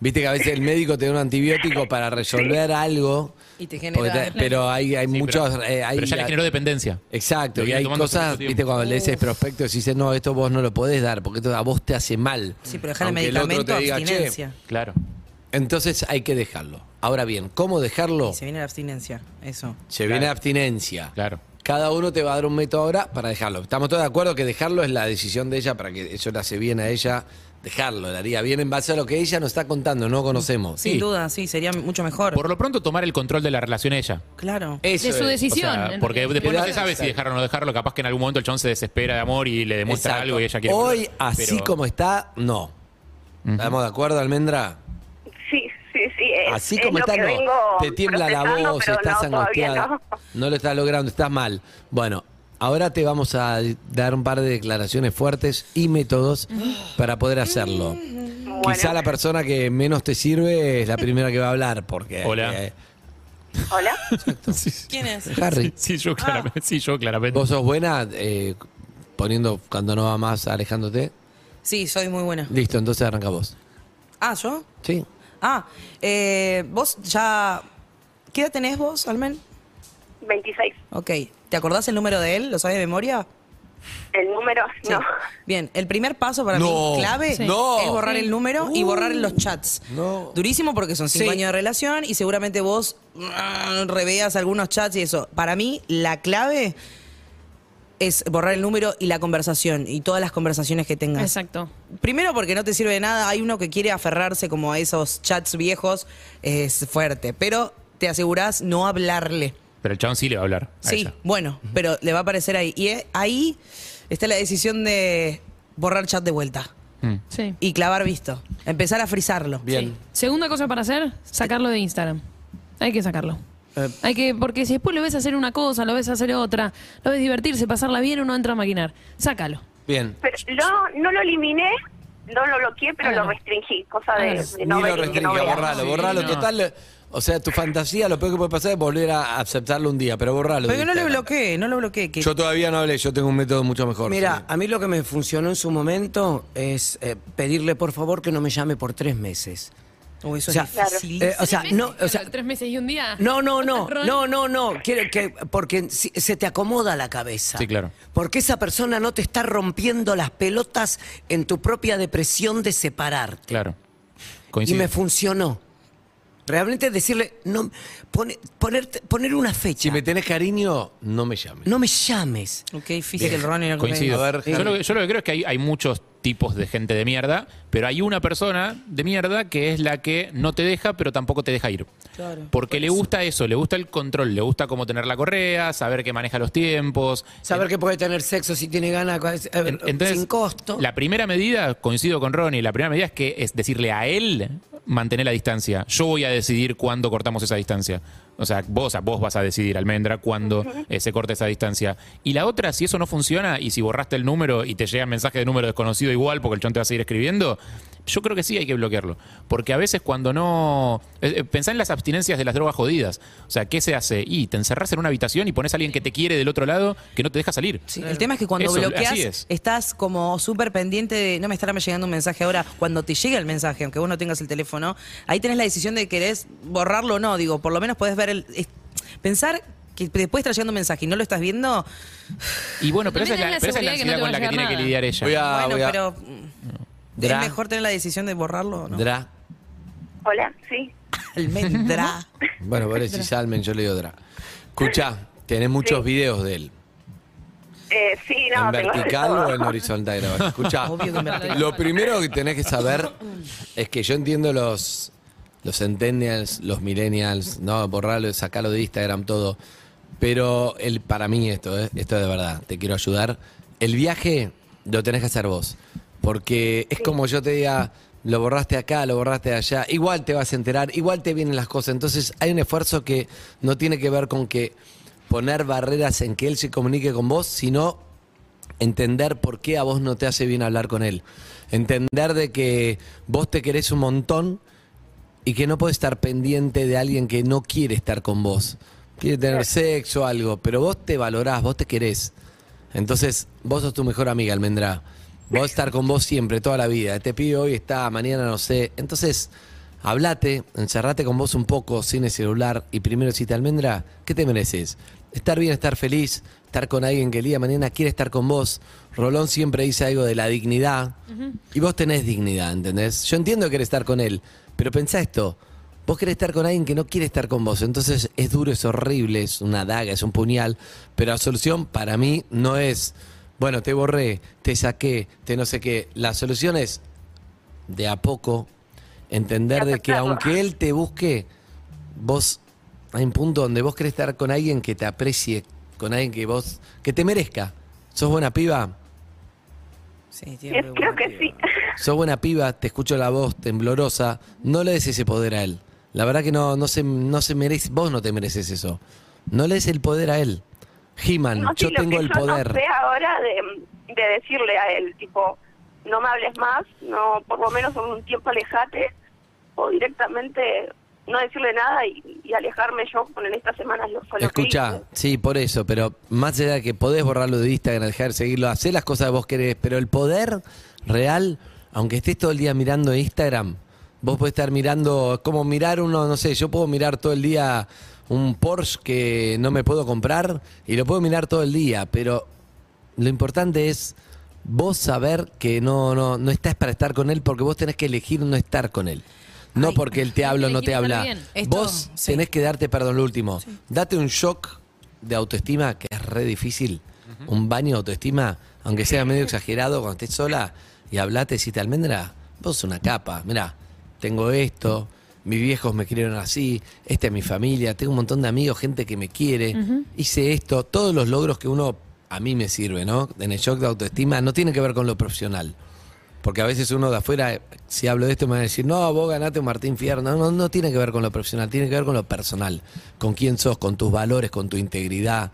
Viste que a veces el médico te da un antibiótico para resolver algo,
Y te
porque te-
genera.
pero hay, hay muchos... eh, hay-
Pero ya le generó dependencia.
Exacto,
Lo
y
viene
hay
tomando hace
cosas,
mucho tiempo.
viste, cuando lees el prospecto y dices, no, esto vos no lo podés dar, porque esto a vos te hace mal.
Sí, pero dejar el
Aunque otro
medicamento,
te diga, "Che,
abstinencia.
Claro.
Entonces hay que dejarlo. Ahora bien, ¿cómo dejarlo?
Y se viene la abstinencia, eso.
Se viene abstinencia.
Claro.
Cada uno te va a dar un método ahora para dejarlo. Estamos todos de acuerdo que dejarlo es la decisión de ella para que eso le hace bien a ella. Dejarlo, le haría bien en base a lo que ella nos está contando, no conocemos.
Sí.
Sin duda, sí, sería mucho mejor.
Por lo pronto tomar el control de la relación ella.
Claro.
Eso
de su
es.
decisión.
O sea,
en
porque
realidad.
después no se
Exacto.
sabe si dejarlo o no dejarlo. Capaz que en algún momento el chon se desespera de amor y le demuestra
Exacto.
algo y ella quiere.
Hoy,
volver.
así
<laughs> Pero-
como está, no. ¿Estamos de acuerdo, Almendra?
sí, sí, sí. es-
Así
es
como
lo
estás,
que
no.
vengo
Te tiembla la
procesando,
voz,
pero
estás
no, todavía
angustiada. No.
no.
lo estás logrando, estás mal. Bueno, ahora te vamos a dar un par de declaraciones fuertes y métodos para poder
Mm.
hacerlo. Quizá
<laughs>
la persona que menos te sirve es la primera que va a hablar, porque.
Hola.
eh,
Hola.
¿Quién es?
Harry,
Sí, yo claramente. Sí, yo claramente.
Ah, ¿vos sos buena eh, poniendo cuando no va más, alejándote?
Sí, soy muy buena.
Listo, entonces arranca vos.
Ah, ¿yo?
¿Sí?
Ah, eh, vos ya. ¿Qué edad tenés vos, Almen?
26.
Ok. ¿Te acordás el número de él? ¿Lo sabes de memoria?
El número,
Sí.
no.
Bien, el primer paso para
No.
mí clave
Sí. No. Uh.
es borrar el número y borrar los chats.
No.
Durísimo porque son cinco
Sí.
años de relación y seguramente vos mm, reveas algunos chats y eso. Para mí, la clave es borrar el número y la conversación y todas las conversaciones que tengas.
Exacto.
Primero porque no te sirve de nada, hay uno que quiere aferrarse como a esos chats viejos, es fuerte, pero te asegurás no hablarle.
Pero el chabón sí le va a hablar. a
Sí,
ella.
bueno, pero le va a aparecer ahí. Y eh, ahí está la decisión de borrar chat de vuelta
Mm.
Sí.
y clavar visto. Empezar a frizarlo.
Bien.
Segunda cosa para hacer, sacarlo de Instagram. Hay que sacarlo.
Eh.
Hay que, porque si después lo ves hacer una cosa, lo ves hacer otra, lo ves divertirse, pasarla bien, uno entra a maquinar. Sácalo.
Bien.
Pero no, no lo eliminé, no lo bloqueé, pero
Hágalo.
lo restringí. Cosa de,
Hágalo.
de
Ah, Ni
no
lo
ver y que no
restringe,
vea.
borralo,
Sí,
borralo.
no.
Total, eh, o sea, tu fantasía, lo peor que puede pasar es volver a aceptarlo un día, pero borralo.
Pero que no le
Instagram.
bloqueé, no lo bloqueé. que-
Yo todavía no hablé, yo tengo un método mucho mejor.
Mira,
sí.
a mí lo que me funcionó en su momento es eh, pedirle por favor que no me llame por tres meses.
Uy, eso
o sea,
es difícil.
eh, o sea, no, o sea,
Tres meses y un día.
no, no, no,
<laughs> Ron.
no, no, no, quiero que porque si- se te acomoda la cabeza.
Sí, claro.
Porque esa persona no te está rompiendo las pelotas en tu propia depresión de separarte.
Claro.
Y
Coincido.
me funcionó. Realmente decirle, no, pone- ponerte- poner una fecha.
Si me tenés cariño, no me llames.
No me llames.
Uy, Qué difícil, Ronnie. lo que
Coincido.
A ver,
yo, lo que, yo lo que creo es que hay, hay muchos tipos de gente de mierda, pero hay una persona de mierda que es la que no te deja, pero tampoco te deja ir.
Claro.
Porque le gusta eso, le gusta el control, le gusta cómo tener la correa, saber que maneja los tiempos.
Saber que puede tener sexo si tiene ganas, eh,
En- Entonces,
sin costo.
La primera medida, coincido con Ronnie, la primera medida es que es decirle a él mantener la distancia. Yo voy a decidir cuándo cortamos esa distancia. O sea, vos, vos vas a decidir, Almendra, cuándo eh, se corta esa distancia. Y la otra, si eso no funciona y si borraste el número y te llega mensaje de número desconocido igual porque el chon te va a seguir escribiendo, yo creo que sí hay que bloquearlo. Porque a veces cuando no... eh, eh, Pensá en las abstinencias de las drogas jodidas. O sea, ¿qué se hace? Y te encerrás en una habitación y pones a alguien que te quiere del otro lado que no te deja salir.
Sí, El tema es que cuando
Eso,
bloqueas,
así es.
estás como súper pendiente de no me estará llegando un mensaje ahora. Cuando te llega el mensaje, aunque vos no tengas el teléfono, ahí tenés la decisión de querés borrarlo o no. Digo, por lo menos podés ver el. es- pensar que después está llegando un mensaje y no lo estás viendo.
Y bueno, pero esa
Pero
es la,
también
pero esa es la
tenés la
ansiedad con la que tiene que
seguridad que no te va a
lidiar ella.
Voy a-
bueno,
voy a-
pero. mm,
Dra.
Es mejor tener la decisión de borrarlo o no.
Dra.
Hola, sí. <laughs>
Almendra.
Bueno, vos decís Almen, yo le digo Dra. Escucha, tenés muchos videos de él.
Eh, sí, no,
¿En
tengo de
vertical
todo. <laughs>
o en horizontal?
<laughs>
Escucha,
Obvio que en vertical.
lo primero que tenés que saber es que yo entiendo los, los centennials, los millennials, no, borrarlo, sacarlo de Instagram, todo. Pero el, para mí esto, eh, esto es de verdad, te quiero ayudar. El viaje lo tenés que hacer vos. Porque es como yo te diga, lo borraste acá, lo borraste allá, igual te vas a enterar, igual te vienen las cosas. Entonces hay un esfuerzo que no tiene que ver con que poner barreras en que él se comunique con vos, sino entender por qué a vos no te hace bien hablar con él. Entender de que vos te querés un montón y que no podés estar pendiente de alguien que no quiere estar con vos. Quiere tener sexo o algo, pero vos te valorás, vos te querés. Entonces, vos sos tu mejor amiga, Almendra. Vos estar con vos siempre, toda la vida. Te pido hoy está, mañana no sé. Entonces, hablate, encerrate con vos un poco sin el celular y primero decite, Almendra, ¿qué te mereces? Estar bien, estar feliz, estar con alguien que el día de mañana quiere estar con vos. Rolón siempre dice algo de la dignidad. Y vos tenés dignidad, ¿entendés? Yo entiendo que querés estar con él, pero pensá esto. Vos querés estar con alguien que no quiere estar con vos. Entonces es duro, es horrible, es una daga, es un puñal. Pero la solución para mí no es, bueno, te borré, te saqué, te no sé qué. La solución es, de a poco, entender de que
Aceptarlo.
aunque él te busque, vos hay un punto donde vos querés estar con alguien que te aprecie, con alguien que vos, que te merezca. ¿Sos buena piba?
Sí, tío,
Eh, Creo que sí.
Sos buena piba, te escucho la voz temblorosa. No le des ese poder a él. La verdad que no, no, se, no se merece, vos no te mereces eso. No le des el poder a él. He-Man,
No, sí,
Ah, yo
lo
tengo
que
el
yo
poder.
No sé ahora de, de decirle a él, tipo, no me hables más, no, por lo menos en un tiempo alejate, o directamente no decirle nada y, y alejarme yo con en estas semanas lo fue lo que
Escucha,
hice.
sí, por eso, pero más allá de que podés borrarlo de Instagram, dejar de seguirlo, hacer las cosas que vos querés, pero el poder real, aunque estés todo el día mirando Instagram, vos podés estar mirando, es como mirar uno, no sé, yo puedo mirar todo el día un Porsche que no me puedo comprar y lo puedo mirar todo el día, pero lo importante es vos saber que no, no, no estás para estar con él porque vos tenés que elegir no estar con él. No
Ay,
porque él te
hay que
habla o no te
elegir estar
habla.
bien.
Esto,
vos
sí.
tenés que darte, perdón, lo último. Date un shock de autoestima que es re difícil. Un baño de autoestima, aunque sea medio exagerado, cuando estés sola y hablate, te almendra, vos sos una capa. Mirá, tengo esto, mis viejos me criaron así, esta es mi familia, tengo un montón de amigos, gente que me quiere, hice esto, todos los logros que uno a mí me sirve, ¿no? En el shock de autoestima no tiene que ver con lo profesional. Porque a veces uno de afuera, eh, si hablo de esto, me va a decir, no, vos ganaste un Martín Fierro. No, no, no tiene que ver con lo profesional, tiene que ver con lo personal. Con quién sos, con tus valores, con tu integridad,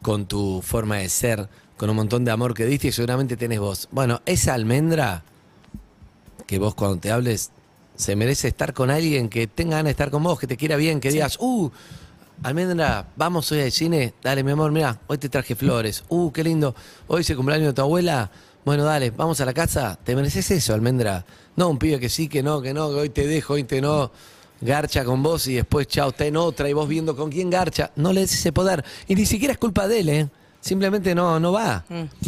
con tu forma de ser, con un montón de amor que diste y seguramente tenés vos. Bueno, esa almendra que vos cuando te hables se merece estar con alguien que tenga ganas de estar con vos, que te quiera bien, que digas, uh, almendra, vamos hoy al cine, dale mi amor, mira, hoy te traje flores, uh, qué lindo, hoy es el cumpleaños de tu abuela, Bueno, dale, vamos a la casa. ¿Te mereces eso, almendra? No, un pibe que sí, que no, que no, que hoy te dejo, hoy te no. Garcha con vos y después, chao, está en otra y vos viendo con quién garcha. No le des ese poder. Y ni siquiera es culpa de él, ¿eh? Simplemente no, no va.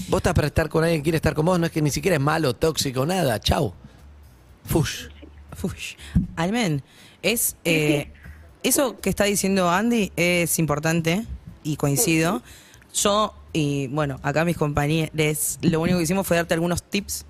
Vos estás para estar con alguien que quiere estar con vos, no es que ni siquiera es malo, tóxico, nada. Chau. Fush.
Fush. Almen, es, eh, eso que está diciendo Andy es importante y coincido. Yo, y bueno, acá mis compañeros, lo único que hicimos fue darte algunos tips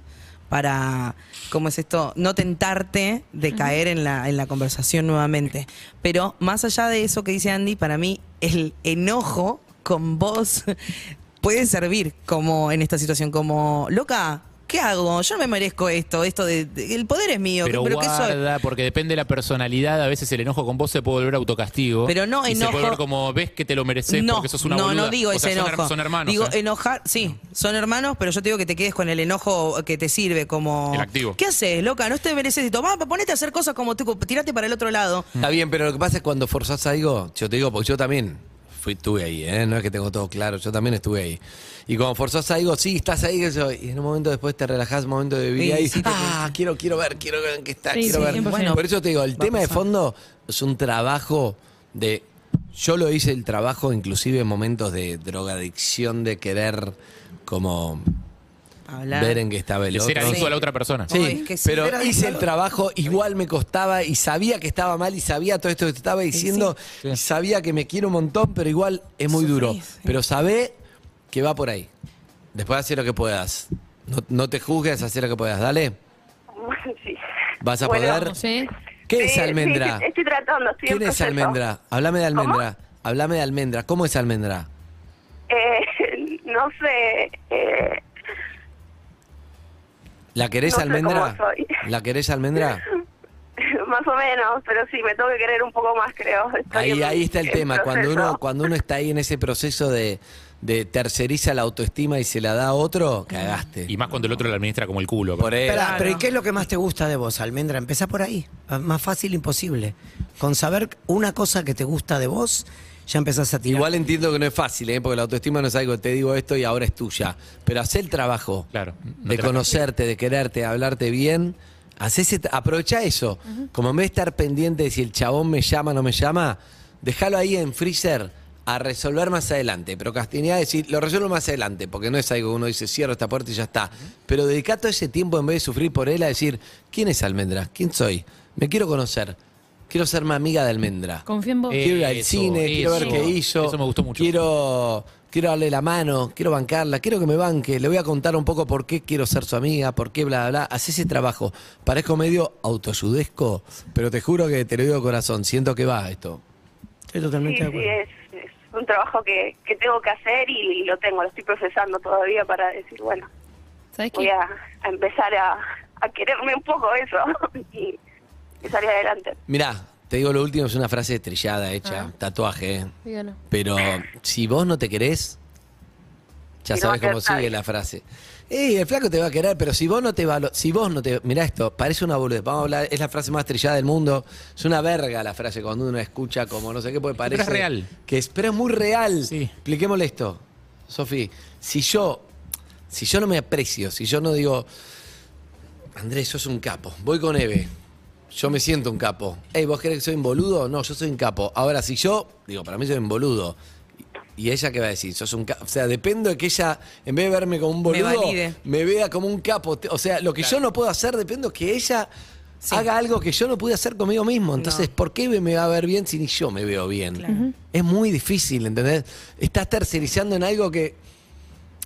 para, ¿cómo es esto? No tentarte de caer en la, en la conversación nuevamente. Pero más allá de eso que dice Andy, para mí el enojo con vos <laughs> puede servir como en esta situación, como, loca, ¿qué hago? Yo no me merezco esto, esto de, de- el poder es mío,
Pero,
pero ¿qué soy?
guarda, porque depende de la personalidad. A veces el enojo con vos se puede volver autocastigo.
Pero no
y Se
enojo-
puede volver como ves que te lo mereces
no,
porque sos una
no,
boluda.
no digo
O sea,
ese
son her-
enojo.
Son hermanos.
digo,
¿eh?
enojar, sí, son hermanos, pero yo te digo que te quedes con el enojo que te sirve como.
El activo.
¿Qué haces, loca? No te mereces esto. Va, ponete a hacer cosas como tú, tirate para el otro lado.
Está bien, pero lo que pasa es cuando forzás algo, yo te digo, porque yo también fui, estuve ahí, ¿eh? no es que tengo todo claro, yo también estuve ahí. Y cuando forzás algo, sí, estás ahí, qué sé yo, y en un momento después te relajás, un momento de
Sí,
vida, y
sí, te-
ah, quiero, quiero ver, quiero ver en qué está,
Sí,
quiero
sí,
ver.
100%.
Bueno, por eso te digo, el
Va a
tema de
pasar.
fondo es un trabajo de... Yo lo hice el trabajo inclusive en momentos de drogadicción, de querer como
Hablar.
ver en qué estaba el
De ser
otro.
adicto a la otra persona.
Sí,
Ay, es que sí.
pero
Era
hice el trabajo, igual me costaba y sabía que estaba mal y sabía todo esto que te estaba diciendo y sabía que me quiero un montón, pero igual es muy duro. Pero sabé que va por ahí. Después hace lo que puedas. No, no te juzgues, hacer lo que puedas. Dale,
<laughs> Sí.
vas a
Bueno,
poder.
Sí.
¿Qué
Sí,
es
sí, <laughs>
almendra?
sí, estoy tratando, estoy en
¿Quién es
proceso.
almendra? Háblame de almendra. Háblame de almendra. ¿Cómo es almendra?
Eh, <laughs> no sé. eh, <laughs>
¿La querés
No sé
almendra?
cómo soy.
¿La querés
<laughs>
almendra?
más o menos, pero sí, me tengo que querer un poco más, creo. Estoy
Ahí,
en-
ahí está el
en
tema. Cuando
proceso.
uno, cuando uno está ahí en ese proceso de, de terceriza la autoestima y se la da a otro, cagaste.
Y más cuando el otro la administra como el culo.
Por eso.
Esperá, pero ¿y qué es lo que más te gusta de vos, Almendra? Empezá por ahí. Ah, Más fácil imposible. Con saber una cosa que te gusta de vos, ya empezás a tirar.
Igual entiendo que no es fácil, ¿eh? porque la autoestima no es algo, te digo esto y ahora es tuya. Pero haz el trabajo
Claro, no
de
te la-
conocerte, de quererte, de hablarte bien. Haz ese- aprovecha eso. Como en vez de estar pendiente de si el chabón me llama o no me llama, déjalo ahí en freezer a resolver más adelante. Procrastinar, decir, lo resuelvo más adelante, porque no es algo que uno dice, cierro esta puerta y ya está. Pero dedica todo ese tiempo en vez de sufrir por él a decir, ¿quién es Almendra? ¿Quién soy? Me quiero conocer. Quiero ser más amiga de Almendra.
Confía en vos.
Eh,
Quiero ir al
Eso,
cine, quiero ver
eso.
qué hizo.
Eso me gustó mucho.
Quiero, quiero darle la mano, quiero bancarla, quiero que me banque. Le voy a contar un poco por qué quiero ser su amiga, por qué bla, bla, bla. Hacé ese trabajo. Parezco medio autoayudesco, pero te juro que te lo digo de corazón. Siento que va esto.
Estoy
Sí,
totalmente de
sí,
acuerdo.
es, es un trabajo que, que tengo que hacer y lo tengo, lo estoy procesando todavía para decir, bueno,
¿Sabes
voy
qué?
a, a empezar a, a quererme un poco eso <laughs> y, y salir adelante.
Mirá, te digo lo último, es una frase estrellada hecha, tatuaje. ¿eh?
Dígalo.
Pero si vos no te querés, ya
Si no va a
sabes
querer
cómo sigue
nadie.
la frase. Ey, el flaco te va a querer, pero si vos no te valo- si vos no te mirá esto, parece una boludez. Vamos a hablar, es la frase más trillada del mundo. Es una verga la frase cuando uno escucha como no sé qué, porque
Pero es
parece
real.
que es, pero es muy real.
Sí.
Expliquémosle esto, Sofi. Si yo si yo no me aprecio, si yo no digo Andrés, sos un capo. Voy con Eve. Yo me siento un capo. Ey, ¿vos crees que soy un boludo? No, yo soy un capo. Ahora, si yo, digo, para mí soy un boludo. ¿Y ella qué va a decir? Sos un capo. O sea, dependo de que ella, en vez de verme como un boludo,
valide.
me vea como un capo. Te- O sea, lo que yo no puedo hacer, dependo que ella haga algo que yo no pude hacer conmigo mismo. Entonces, ¿por qué Eve me va a ver bien si ni yo me veo bien? Es muy difícil, ¿entendés? Estás tercerizando en algo que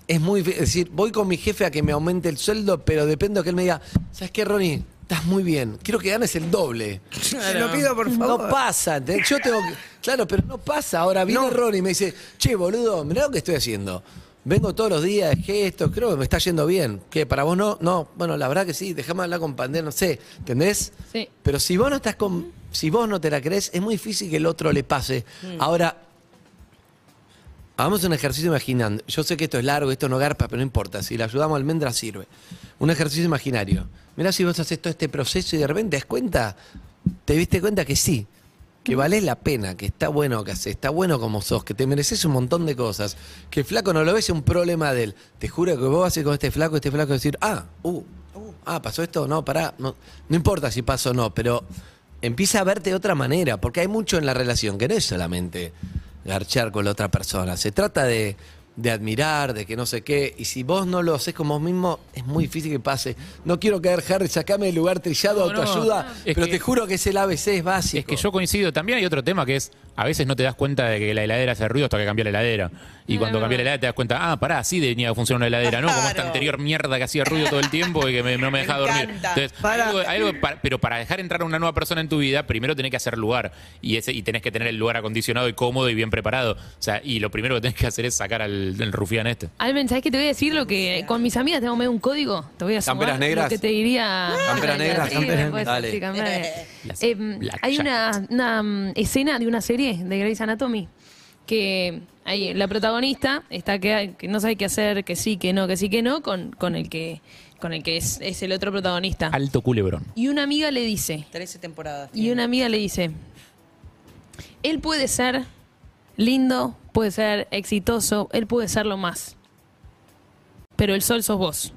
es muy difícil. Es decir, voy con mi jefe a que me aumente el sueldo, pero dependo que él me diga, ¿sabes qué, Ronnie? Estás muy bien. Quiero que ganes el doble.
Te lo pido, por favor.
No pasa. ¿entendés? Yo tengo que- Claro, pero no pasa. Ahora viene Ronnie y me dice, che, boludo, mirá lo que estoy haciendo. Vengo todos los días, dejé esto, creo que me está yendo bien. ¿Qué? ¿Para vos no? No, bueno, la verdad que sí, dejame hablar con Pandé, no sé, ¿entendés?
Sí.
Pero si vos no estás con. Si vos no te la crees, es muy difícil que el otro le pase. Ahora, Hagamos un ejercicio imaginando. Yo sé que esto es largo, esto no garpa, pero no importa. Si le ayudamos a almendra, sirve. Un ejercicio imaginario. Mirá si vos haces todo este proceso y de repente te das cuenta, te diste cuenta que sí.
Mm.
que valés la pena, que está bueno que haces, está bueno como sos, que te mereces un montón de cosas, que el flaco no lo ves un problema de él. Te juro que vos vas a ir con este flaco, este flaco va a decir, ah, uh, ah, pasó esto, no, pará, no, no importa si pasó o no, pero empieza a verte de otra manera, porque hay mucho en la relación que no es solamente garchar con la otra persona, se trata de, de admirar, de que no sé qué, y si vos no lo haces como vos mismo, es muy difícil que pase. No quiero caer, Harry, sacame del lugar trillado,
No, no.
autoayuda,
Es
pero
que-
te juro que es el ABC, es básico.
Es que yo coincido. También hay otro tema que es, a veces no te das cuenta de que la heladera hace ruido hasta que cambia la heladera. Y
No,
cuando
no,
cambia la heladera te das cuenta, ah, pará, así venía a funcionar una heladera, ¿no? Como esta
Claro.
anterior mierda que hacía ruido todo el tiempo y que me- no me dejaba dormir.
encanta.
Entonces,
Pará.
algo- algo para- pero para dejar entrar a una nueva persona en tu vida, primero tenés que hacer lugar. Y, ese, y tenés que tener el lugar acondicionado y cómodo y bien preparado. O sea, y lo primero que tenés que hacer es sacar al, al rufián este.
Almen, ¿sabes qué te voy a decir? Lo que con mis amigas tengo medio un código. Te voy a sumar
Camperas negras.
lo que te diría.
Camperas
Sí,
negras,
sí,
camperas-
puede ser,
dale.
sí, camperas negras.
<laughs>
Las
Em, hay una, una, mm, escena de una serie de Grey's Anatomy que ahí la protagonista está que, que no sabe qué hacer, que sí, que no, que sí, que no, con, con el que con el que es, es el otro protagonista.
Alto culebrón.
Y una amiga le dice,
13 temporadas.
y una amiga le dice, él puede ser lindo, puede ser exitoso, él puede ser lo más. Pero el sol sos vos.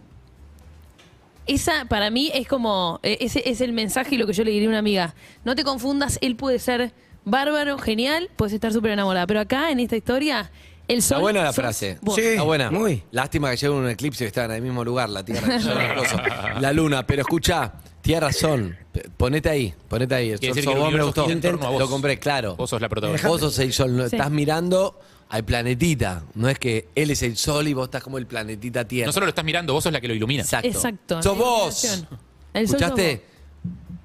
Esa para mí es como, eh, ese es el mensaje y lo que yo le diría a una amiga. No te confundas, él puede ser bárbaro, genial, puedes estar súper enamorada. Pero acá en esta historia, el sol...
Está buena la
sos
frase.
vos.
Sí.
Está buena.
muy.
Lástima que llegó un eclipse y estaban en el mismo lugar, la
<laughs>
Tierra. que lleva los osos. la Luna. Pero escucha, tienes razón. P- Ponete ahí, ponete ahí. El
Quiere decir
sol sos
que el
vos, me
universo
gustó.
gira en torno a vos.
Lo compré, claro.
Vos sos la protagonista.
Vos sos el sol. no-
Sí.
Estás mirando al planetita. No es que él es el sol y vos estás como el planetita Tierra.
No solo lo estás mirando, vos sos la que lo ilumina.
Exacto.
Exacto.
Sos
la
vos.
iluminación. El sol sos
¿Escuchaste?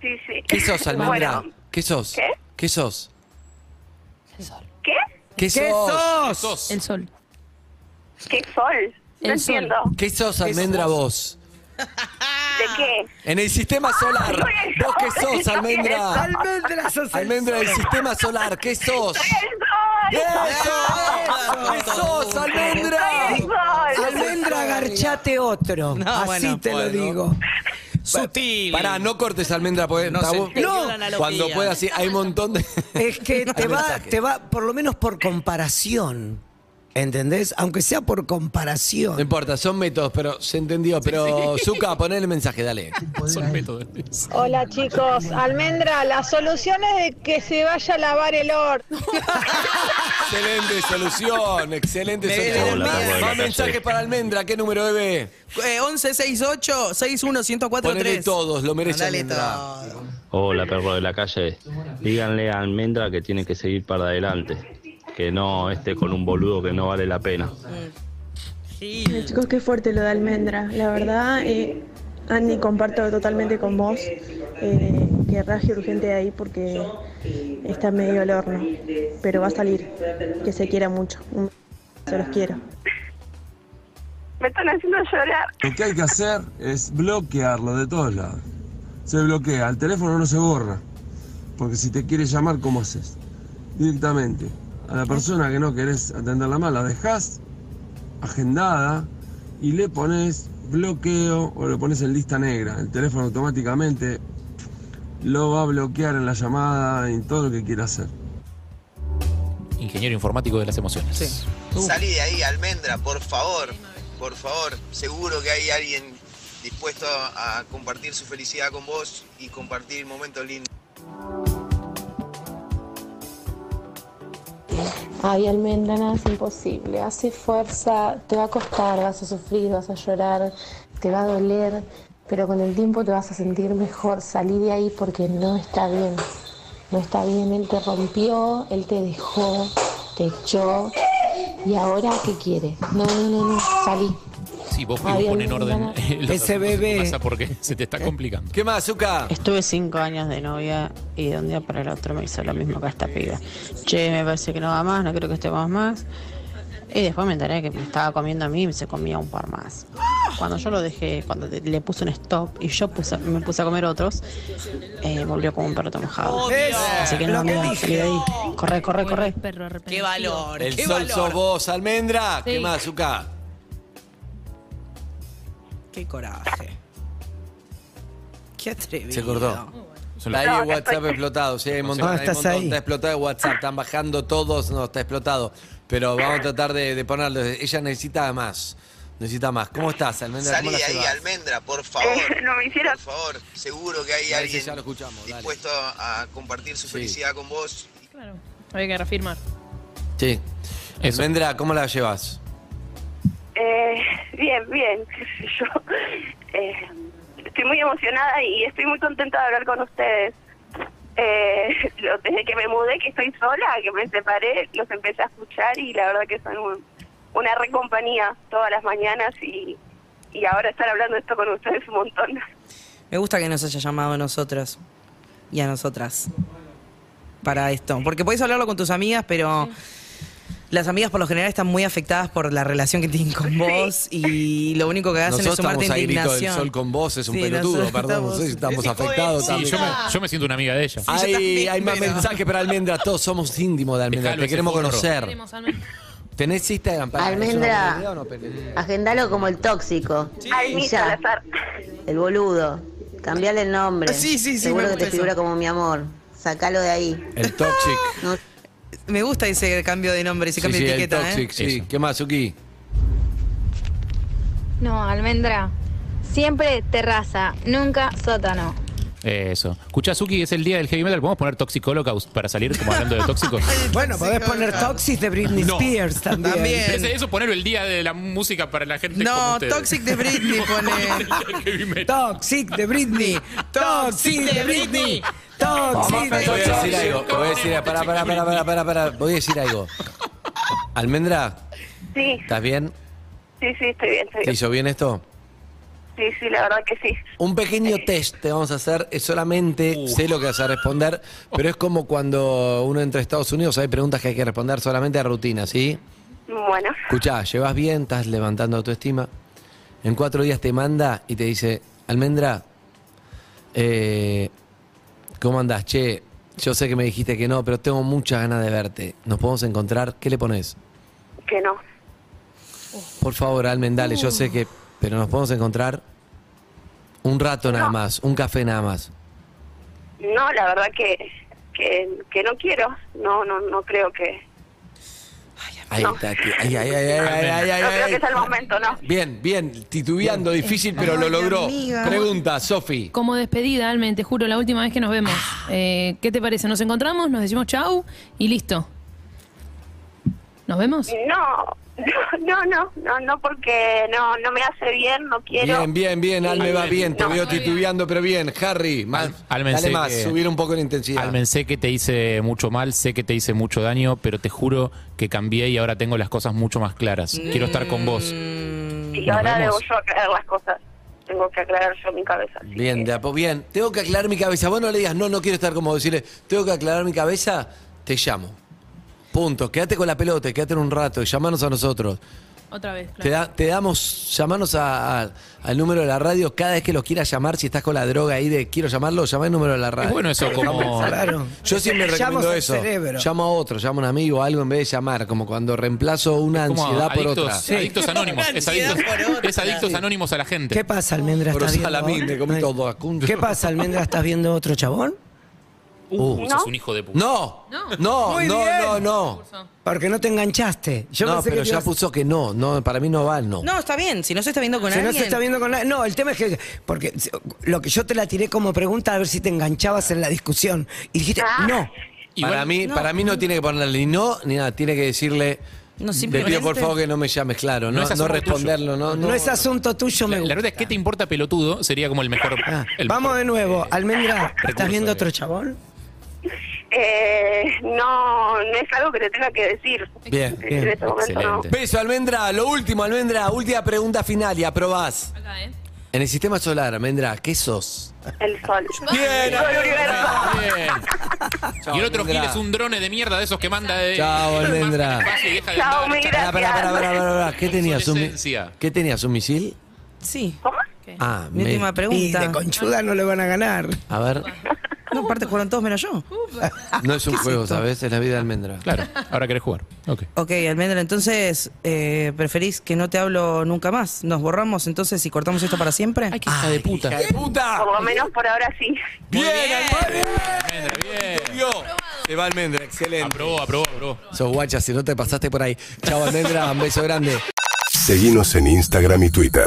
Sí, sí.
¿Qué sos, Almendra?
Bueno,
¿Qué sos?
¿Qué?
¿Qué sos?
¿qué?
¿Qué
¿Qué
sos?
sos?
vos. El sol.
¿Qué sol? No
El sol.
entiendo.
¿Qué sos, Almendra, vos?
¿De
Ah.
qué?
En el sistema solar.
soy el
¿Vos qué
sol,
sos,
soy el
Almendra?
sol.
Almendra, sos el
Almendra del
sol.
sistema solar, ¿qué sos?
¡El sol!
¡Eso! ¡Eso, sos, almendra!
¡El sol!
Almendra, garchate otro.
No,
Así
bueno,
te lo
bueno.
digo.
Sutil.
Pará, no cortes almendra, porque
No
está
se
bu-
entendió No. la analogía.
Cuando puedas, sí, hay un montón de.
Es que te
Hay
va,
mensaje.
te va, por lo menos por comparación. ¿Entendés? Aunque sea por comparación.
No importa, son métodos, pero se entendió. Pero, Zuka, poné el mensaje, dale.
Son métodos.
Hola chicos, Almendra, la solución es de que se vaya a lavar el or.
excelente solución, excelente
Me viene
solución.
Hola,
Más-
bueno,
Más
la
mensajes
calle.
para almendra, ¿qué número debe?
Eh, 11 68 61 104
Ponele
3.
todos, lo merece
Dale
Almendra.
todo.
Hola perro de la calle, díganle a Almendra que tiene que seguir para adelante, que no esté con un boludo que no vale la pena.
Mm. Sí.
Chicos, qué fuerte lo de Almendra, la verdad, eh, Andy, comparto totalmente con vos eh, que raje urgente de ahí porque está medio al horno, pero va a salir, que se quiera mucho, Un- se los quiero.
Me están haciendo llorar.
Lo que hay que hacer es bloquearlo de todos lados. Se bloquea, el teléfono no se borra. Porque si te quiere llamar, ¿cómo haces? Directamente. A la persona que no querés atenderla mal, la dejás agendada y le pones bloqueo o le pones en lista negra. El teléfono automáticamente lo va a bloquear en la llamada, en todo lo que quiera hacer.
Ingeniero informático de las emociones.
Sí.
Salí de ahí, almendra, por favor, por favor. Seguro que hay alguien dispuesto a compartir su felicidad con vos y compartir momentos lindos.
Ay, Almendra, nada es imposible. Hace fuerza, te va a costar, vas a sufrir, vas a llorar, te va a doler, pero con el tiempo te vas a sentir mejor. Salí de ahí porque no está bien. No está bien, él te rompió, él te dejó, te echó. ¿Y ahora qué quiere? No, no, no, no, salí.
Sí, vos
Ay,
que pon en
ay,
orden
ay,
eh, los
Ese
asuntos
bebé.
en tu casa porque <laughs> se te está complicando.
¿Qué más, Zuka?
Estuve cinco años de novia y de un día para el otro me hizo lo mismo que esta piba. Che, me parece que no va más, no creo que estemos más. Y después me enteré que me estaba comiendo a mí y se comía un par más. Cuando yo lo dejé, cuando te- le puse un stop y yo puse- me puse a comer otros, eh, volvió como un perro mojado. Así que no,
Lo que
amiga,
dije.
salí de ahí. Corre, corre, corre.
Perro arrepentido.
Qué valor.
El
Este, qué
sol
valor.
sos vos, almendra. ¿Qué
Sí.
más, Zuka?
Qué coraje. Qué atrevido.
Se cortó. Está ahí el WhatsApp explotado, sí, hay un montón,
Ah,
hay un
estás
montón.
ahí.
está explotado el WhatsApp, están bajando todos, no, está explotado. Pero vamos a tratar de, de ponerlo. Ella necesita más, necesita más. ¿Cómo estás, Almendra?
Salí
¿Cómo la
de ahí,
llevas?
almendra, por favor.
Eh, no me hicieras.
Por favor, seguro que hay
Parece
alguien
ya lo escuchamos, dale.
dispuesto a compartir su felicidad con vos.
Claro, había que reafirmar.
Sí. Almendra, ¿cómo la llevas?
Eh, bien, bien, qué sé yo. Eh, estoy muy emocionada y estoy muy contenta de hablar con ustedes. Eh, lo- desde que me mudé, que estoy sola, que me separé, los empecé a escuchar y la verdad que son un- una re compañía todas las mañanas y, y ahora estar hablando esto con ustedes un montón.
Me gusta que nos haya llamado a nosotros y a nosotras para esto. Porque podés hablarlo con tus amigas, pero las amigas por lo general están muy afectadas por la relación que tienen con vos y lo único que hacen
Nosotros
es sumarte
estamos a grito del
indignación.
sol con vos, es un
Sí,
pelotudo,
nosotros
perdón, no sé si estamos afectados
Sí,
también.
yo, me, yo me siento una amiga de
Ah.
ella.
Hay, hay más
pero-
mensajes para Almendra, todos somos íntimos de Almendra,
Dejalo
te
ese
queremos
forro.
conocer. ¿Tenés Instagram para
Almendra.
¿Es una buena idea o no, Pele?
Agendalo como el tóxico.
Ay,
Y
mi
ya,
Salazar.
el boludo. Cambiale el nombre.
Sí, sí, sí,
Seguro
me
que
gusta
te
eso.
figura como mi amor. Sacalo de ahí.
El Toxic.
Me gusta ese cambio de nombre, ese
Sí,
cambio
sí,
de
el
etiqueta. ¿eh?
Toxic, sí. ¿Qué más, Uki?
No, almendra. Siempre terraza, nunca sótano.
Eso. Escuchá, Suki, es el día del heavy metal. ¿Podemos poner Toxic Holocaust para salir como hablando de tóxicos?
Bueno, podés poner Toxic de Britney
No.
Spears también.
Es eso, ponerlo el día de la música para la gente.
No,
como ustedes.
Toxic de Britney
No,
pone.
el
<laughs>
día del heavy metal.
Toxic de Britney. Toxic de Britney. Toxic
Voy
de
a decir
Britney.
algo, voy a decir, pará, pará, pará, pará, pará, pará, voy a decir algo. Almendra,
Sí,
¿estás bien?
sí, sí, estoy bien,
¿Te
estoy bien.
hizo bien esto?
Sí, sí, la verdad que sí.
Un pequeño test te vamos a hacer, es solamente sé lo que vas a responder, pero es como cuando uno entra a Estados Unidos, hay preguntas que hay que responder solamente a rutina, ¿sí?
Bueno,
Escuchá, llevas bien, estás levantando autoestima. En cuatro días te manda y te dice, Almendra, eh, ¿cómo andás? Che, yo sé que me dijiste que no, pero tengo muchas ganas de verte. ¿Nos podemos encontrar? ¿Qué le pones?
que no.
Por favor, Almen, dale, yo sé que... Pero nos podemos encontrar un rato nada más, un café nada más.
No, la verdad que, que, que no quiero. No, no, no creo que.
Ahí está, aquí. Ay, ay, ay, ay, ay, ay, ay,
no creo
ay.
que es el momento, no.
Bien, bien, titubeando, difícil, pero lo
Ay,
logró.
amiga.
Pregunta, Sofi.
Como despedida, Almen, te juro, la última vez que nos vemos.
Ah.
Eh, ¿Qué te parece? Nos encontramos, nos decimos chau y listo. ¿Nos vemos?
No, no, no, no, no, porque no, no me hace bien, no quiero.
Bien, bien, bien, Alme va bien, te
No.
veo titubeando, pero bien. Harry, más,
Almen,
dale
sé
más,
que-
subir un poco la intensidad.
Almen, sé que te hice mucho mal, sé que te hice mucho daño, pero te juro que cambié y ahora tengo las cosas mucho más claras. Quiero estar con vos.
Y
nos
ahora
vemos.
debo yo aclarar las cosas. Tengo que aclarar yo mi cabeza.
Bien, de a po- bien. Tengo que aclarar mi cabeza. Vos no le digas, no, no quiero estar como decirle, tengo que aclarar mi cabeza, te llamo. Punto. Quédate con la pelota, quédate en un rato, llamanos a nosotros.
Otra vez.
Te, da- te damos, llamanos a- a- al número de la radio cada vez que los quieras llamar. Si estás con la droga ahí de quiero llamarlo, llama el número de la radio.
bueno eso, como- Claro.
Yo siempre
Llamas
recomiendo
al
eso.
cerebro.
Llamo a otro, llamo a un amigo, algo en vez de llamar. Como cuando reemplazo una
Como
ansiedad por
adictos,
otra.
adictos anónimos. Es adictos, es adictos anónimos a la gente.
¿Qué pasa, Almendra?
Por
¿Estás viendo?
salamín, me comí todo, acuncho.
¿Qué pasa, Almendra? ¿Estás viendo otro chabón?
Uh, sos un hijo de puta.
No, no,
Muy
no,
bien.
no, no.
Porque no te enganchaste. Yo
no,
pensé
pero
que te
ya
ibas-
puso que no, no, para mí no va, el no.
No, está bien, si no se está viendo con
Si no
alguien.
se está viendo con nadie. No, el tema es que. Porque lo que yo te la tiré como pregunta a ver si te enganchabas en la discusión. Y dijiste, no.
para mí,
no.
para mí no tiene que ponerle ni no ni nada, tiene que decirle te
simplemente-
pido por favor que no me llames, claro,
No
no,
es
no,
asunto
responderlo, no, no.
asunto tuyo,
La, la verdad es que te importa pelotudo, sería como el mejor. el
Ah, Vamos
mejor-
de nuevo. Almendra,
recurso,
¿estás viendo
eh.
otro chabón?
Eh, no, no es algo que te tenga que decir.
Bien,
En este momento no.
Beso, Almendra, lo último, Almendra, última pregunta final y aprobás. En el sistema solar, Almendra, ¿qué sos?
El sol.
Bien,
Todo el
<laughs>
universo.
Y el otro Gil es un drone de mierda de esos que manda de. <laughs>
Chao, Almendra.
Chao, mi
Pará, pará, pará, pará, pará, pará, ¿Qué tenías? Un, mi-
Obsolescencia.
¿Qué tenías? ¿Un misil?
Sí.
Ah,
Mi
me-
última pregunta.
Y de conchuda no le van a ganar.
A ver.
No, aparte jugaron todos menos yo.
No es un juego, ¿sabes? Es la vida de almendra.
Claro, ahora querés jugar. Ok.
Ok, Almendra, entonces eh, preferís que no te hablo nunca más. ¿Nos borramos entonces y cortamos esto para siempre? Ay,
qué hija de puta.
puta!
Por lo menos por ahora sí.
¡Bien, Almendra!
Almendra, bien.
Dio. Se va Almendra, excelente.
Aprobó, aprobó, aprobó.
Sos guacha, si no te pasaste por ahí. Chao, Almendra, un beso grande.
Seguinos en Instagram y Twitter.